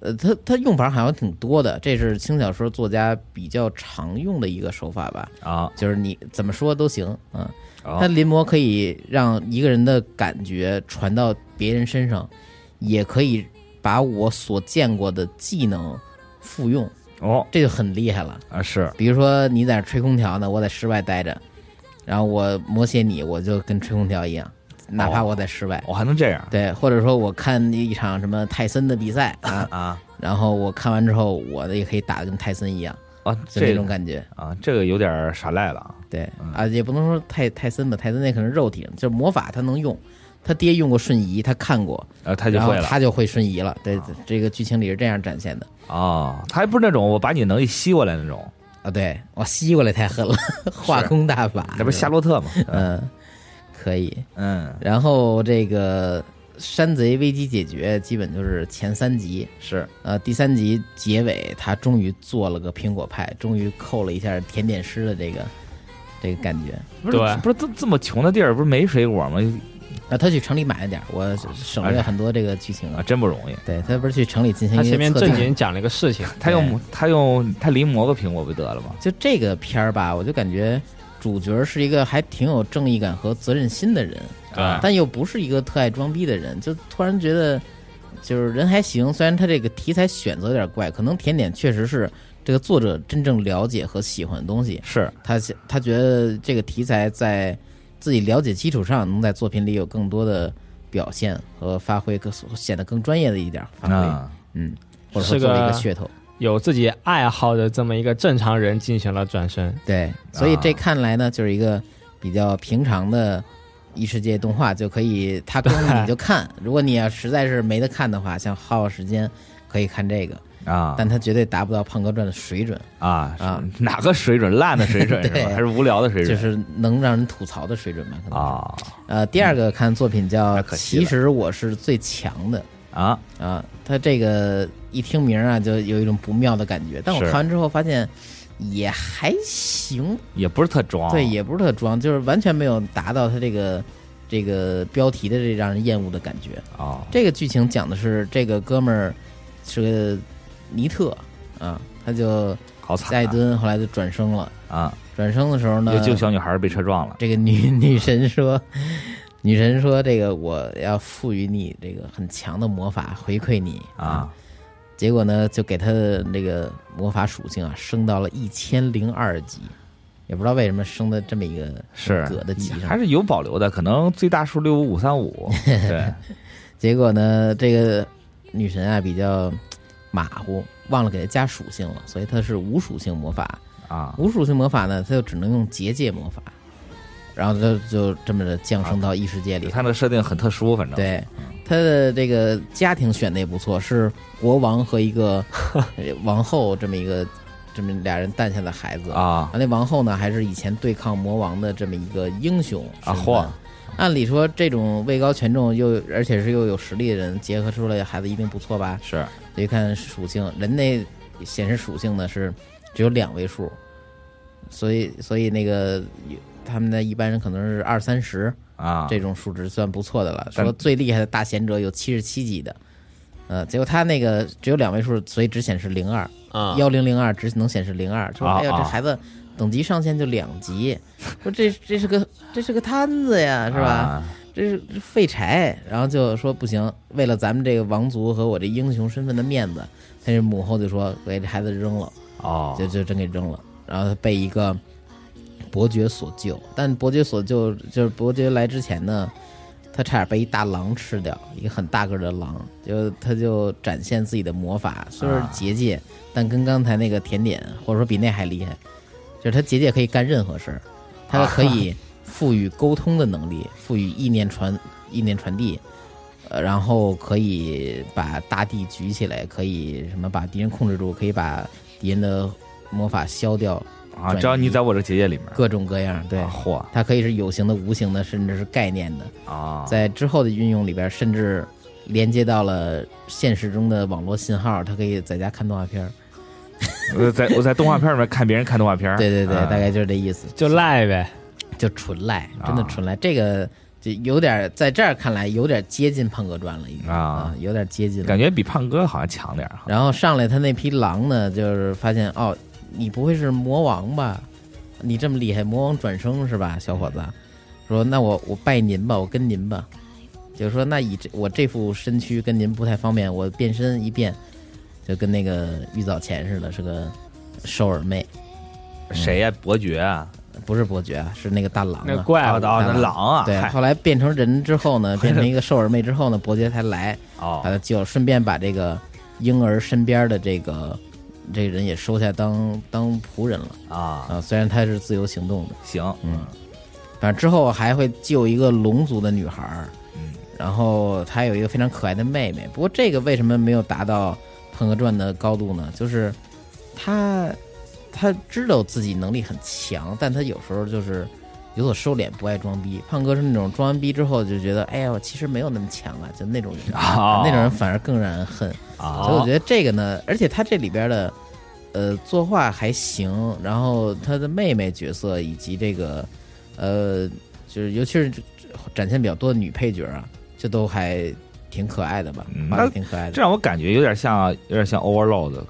S2: 呃，它它用法好像挺多的，这是轻小说作家比较常用的一个手法吧，
S4: 啊，
S2: 就是你怎么说都行，嗯，
S4: 啊
S2: 它临摹可以让一个人的感觉传到别人身上，也可以把我所见过的技能复用，
S4: 哦
S2: 这就很厉害了。
S4: 啊是
S2: 比如说你在那吹空调呢，我在室外待着，然后我摹写你，我就跟吹空调一样，哪
S4: 哦
S2: 怕我在室外。
S4: 我还能这样，
S2: 对，或者说我看一场什么泰森的比赛啊
S4: 啊
S2: 然后我看完之后，我的也可以打得跟泰森一样，
S4: 啊
S2: 就那
S4: 这
S2: 种感觉。
S4: 啊这个有点耍赖了啊
S2: 对
S4: 嗯
S2: 啊，也不能说泰泰森吧，泰森那可能是肉体，就是魔法他能用，他爹用过瞬移，他看过，
S4: 啊，他就
S2: 然后
S4: 会了
S2: 他就会瞬移了。对，这个剧情里是这样展现的
S4: 哦，他还不是那种我把你能力吸过来那种，
S2: 啊。对，我吸过来太狠了， 化空大法，
S4: 那不是夏洛特吗？
S2: 啊嗯，可以。
S4: 嗯，
S2: 然后这个《山贼危机解决》基本就是前三集，
S4: 是
S2: 呃，第三集结尾他终于做了个苹果派，终于扣了一下甜点师的这个这个感觉。
S4: 不是
S3: 对
S4: 不是这这么穷的地儿不是没水果吗？
S2: 啊，他去城里买了点儿，我省略很多这个剧情
S4: 啊，
S2: 了。
S4: 真不容易。
S2: 对他不是去城里进行
S3: 他
S2: 一
S3: 前面
S2: 个测
S3: 正
S2: 定，
S3: 经讲了一个事情，
S4: 他用他用他临摹个苹果不得了吗？
S2: 就这个片儿吧，我就感觉主角是一个还挺有正义感和责任心的人，
S4: 啊
S3: 对
S2: 但又不是一个特爱装逼的人，就突然觉得，就是人还行。虽然他这个题材选择有点怪，可能甜点确实是这个作者真正了解和喜欢的东西。
S4: 是
S2: 他他觉得这个题材在自己了解基础上，能在作品里有更多的表现和发挥，更显得更专业的一点发挥。
S4: 啊，
S2: 嗯，或者
S3: 是
S2: 说做了一个
S3: 个
S2: 噱头。
S3: 有自己爱好的这么一个正常人进行了转身。
S2: 对，所以这
S4: 啊
S2: 看来呢，就是一个比较平常的异世界动画，就可以它更你就看。如果你要实在是没得看的话，想耗耗时间，可以看这个，
S4: 啊
S2: 但它绝对达不到《胖哥传》的水准，
S4: 啊
S2: 啊
S4: 是哪个水准烂 的水准是
S2: 对
S4: 吧？还是无聊的水
S2: 就
S4: 准？
S2: 是能让人吐槽的水准吧。可能是
S4: 啊
S2: 呃，第二个看作品叫
S4: 那
S2: 《
S4: 可惜了
S2: 其实我是最强的
S4: 啊》
S2: 啊，它这个一听名儿啊，就有一种不妙的感觉。但我
S4: 是
S2: 看完之后发现也还行
S4: 也不是特装，
S2: 对，也不是特装，就是完全没有达到他这个这个标题的这让人厌恶的感觉。
S4: 啊
S2: 这个剧情讲的是这个哥们儿是个尼特啊，他就
S4: 好惨啊
S2: 在艾顿后来就转生了，
S4: 啊！
S2: 转生的时候呢
S4: 有，救小女孩被车撞了
S2: 这个女女神说。女神说：“这个我要赋予你这个很强的魔法回馈你
S4: 啊！
S2: 结果呢，就给他的那个魔法属性啊升到了一千零二级，也不知道为什么升的这么一个
S4: 是
S2: 葛的级上，
S4: 还是有保留的，可能最大数六五五 三五，对，
S2: 结果呢，这个女神啊比较嘖马虎，忘了给她加属性了，所以她是无属性魔法。
S4: 啊
S2: 无属性魔法呢，她就只能用结界魔法，然后她就这么着降生到异世界里。
S4: 他那设定很特殊，反正
S2: 对，她的这个家庭选的也不错，是国王和一个呃王后这么一个这么俩人诞下的孩子。
S4: 啊
S2: 那王后呢，还是以前对抗魔王的这么一个英雄身
S4: 啊
S2: 份
S4: 嚯
S2: 按理说，这种位高权重又而且是又有实力的人，结合出来的孩子一定不错吧？
S4: 是
S2: 所以看属性，人那显示属性呢是只有两位数，所以所以那个他们的一般人可能是二三十
S4: 啊
S2: 这种数值算不错的了。
S4: 但
S2: 说最厉害的大贤者有七十七级的，呃，结果他那个只有两位数，所以只显示零二
S3: 啊，
S2: 幺零零二，只能显示零二。说
S4: 啊
S2: 哎呀，
S4: 啊
S2: 这孩子等级上限就两级，说这这是个这是个摊子呀，是吧？
S4: 啊
S2: 这是这废柴，然后就说不行，为了咱们这个王族和我这英雄身份的面子，他这母后就说给这孩子扔了，
S4: 哦
S2: 就就真给扔了。然后他被一个伯爵所救，但伯爵所救就是伯爵来之前呢，他差点被一大狼吃掉，一个很大个儿的狼，就他就展现自己的魔法，虽然是结界，但跟刚才那个甜点或者说比那还厉害，就是他结界可以干任何事儿，他可
S4: 啊
S2: 以赋予沟通的能力，赋予意念传意念传递。呃，然后可以把大地举起来，可以什么把敌人控制住，可以把敌人的魔法消掉，
S4: 啊，只要你在我这结界里面，
S2: 各种各样。对
S4: 啊，嚯
S2: 它可以是有形的、无形的，甚至是概念的。
S4: 啊，
S2: 在之后的运用里边，甚至连接到了现实中的网络信号，它可以在家看动画片儿。
S4: 我在我在动画片里面看别人看动画片，
S2: 对对对，
S4: 啊
S2: 大概就是这意思，
S3: 就赖呗，
S2: 就纯赖，真的纯赖。这个就有点在这儿看来有点接近胖哥传了，已经
S4: 啊
S2: 啊，有点接近了。
S4: 感觉比胖哥好像强点儿哈。
S2: 然后上来他那匹狼呢，就是发现哦，你不会是魔王吧？你这么厉害，魔王转生是吧，小伙子？说那我我拜您吧，我跟您吧。就是说，那以这我这副身躯跟您不太方便，我变身一变，就跟那个玉藻前似的，是个收耳妹，嗯
S4: 谁呀？伯爵啊？
S2: 不是伯爵啊，是那个大狼、啊。
S3: 那怪
S4: 哦
S3: 物
S4: 哦，那狼啊？
S2: 对，
S4: 嗨
S2: 后来变成人之后 呢，变成一个兽耳妹之后呢，伯爵才来，把
S4: 哦，
S2: 他就顺便把这个婴儿身边的这个这个人也收下当当仆人了
S4: 啊，
S2: 啊。虽然他是自由行动的，
S4: 行，
S2: 嗯，反正之后还会救一个龙族的女孩儿，
S4: 嗯，
S2: 然后他有一个非常可爱的妹妹。不过这个为什么没有达到《捧个传》的高度呢？就是他他知道自己能力很强，但他有时候就是有所收敛，不爱装逼。胖哥是那种装完逼之后就觉得，哎呀，我其实没有那么强啊，就那种人，
S4: 哦
S2: 那种人反而更让人恨。所以我
S4: 啊
S2: 觉得这个呢，而且他这里边的，呃，作画还行，然后他的妹妹角色以及这个，呃，就是尤其是展现比较多的女配角啊，这都还挺可爱的吧
S4: 嗯，
S2: 画的挺可爱
S4: 这
S2: 的。
S4: 让我感觉有点像，有点像 Overload。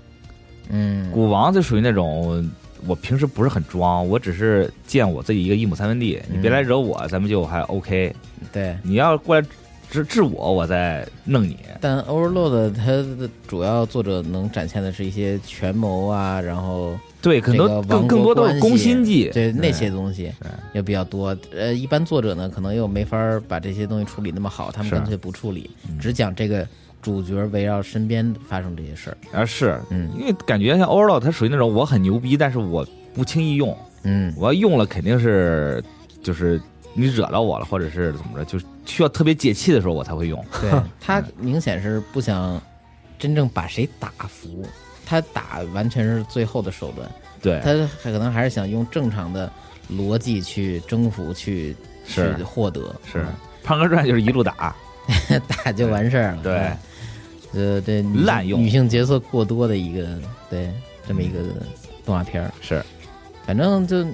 S2: 嗯，
S4: 古王就属于那种，我平时不是很装，我只是见我自己一个一亩三分地，你别
S2: 嗯
S4: 来惹我，咱们就还 OK。
S2: 对。
S4: 你要过来治治我，我再弄你。
S2: 但 Overload 它的主要作者能展现的是一些权谋啊，然后
S4: 对，很
S2: 这
S4: 多
S2: 个
S4: 更
S2: 王国
S4: 更多都
S2: 关
S4: 是
S2: 系
S4: 攻心计，
S2: 对那些东西
S4: 对
S2: 也比较多。呃，一般作者呢，可能又没法儿把这些东西处理那么好，他们
S4: 是
S2: 干脆不处理，
S4: 嗯
S2: 只讲这个主角围绕身边发生这些事儿。
S4: 啊是，
S2: 嗯
S4: 因为感觉像 Overload，它属于那种我很牛逼，但是我不轻易用，
S2: 嗯，
S4: 我要用了肯定是就是你惹到我了，或者是怎么着，就是需要特别解气的时候我才会用。
S2: 对他
S4: 嗯
S2: 明显是不想真正把谁打服，他打完全是最后的手段，
S4: 对，
S2: 他可能还是想用正常的逻辑去征服去。
S4: 是
S2: 去获得
S4: 是胖哥传就是一路打，
S2: 嗯打就完事儿了。
S4: 对，
S2: 呃，这女性
S4: 滥用嗯
S2: 女性角色过多的一个对这么一个动画片儿，
S4: 是
S2: 反正就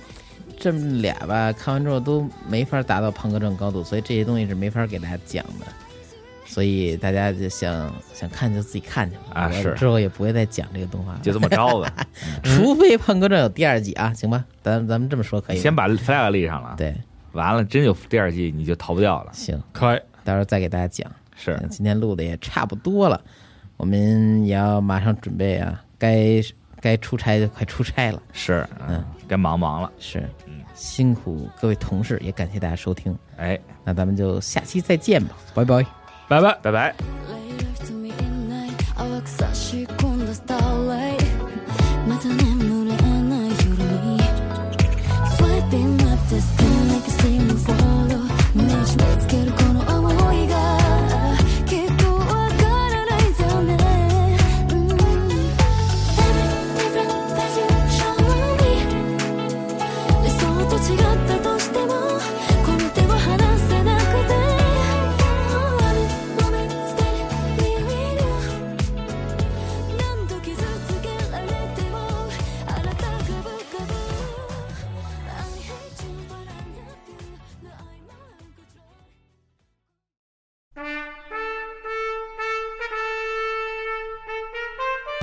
S2: 这么俩吧，看完之后都没法达到胖哥症高度，所以这些东西是没法给大家讲的。所以大家就想想看就自己看去吧，
S4: 啊
S2: 我
S4: 是
S2: 之后也不会再讲这个动画了，
S4: 就这么 着吧。
S2: 除非胖哥症有第二季啊，行吧，咱咱们这么说可以
S4: 你
S2: 吧，
S4: 先把 flag 立上了，
S2: 哎对，
S4: 完了真有第二季你就逃不掉了。
S2: 行，
S3: 可以，
S2: 到时候再给大家讲。
S4: 是
S2: 嗯今天录的也差不多了，我们也要马上准备啊，该该出差就快出差了。
S4: 是，嗯
S2: 嗯，
S4: 该忙忙了。
S2: 是
S4: 嗯，
S2: 辛苦各位同事，也感谢大家收听。
S4: 哎，
S2: 那咱们就下期再见吧，拜拜。
S3: 拜拜。
S4: 拜拜。
S1: Lay left me in night 淡く差し込んだ starlight また眠れない夜に Swiping up this pen like a single follow 目に締め付けるこの想いがきっとわからないよね、うん、Every different fashion show me 理想と違ったとしてもこの手は離せなくて One moment stay with you 何度傷つけられてもあなたが浮かぶ I hate you but I love you No, I'm not control
S5: 《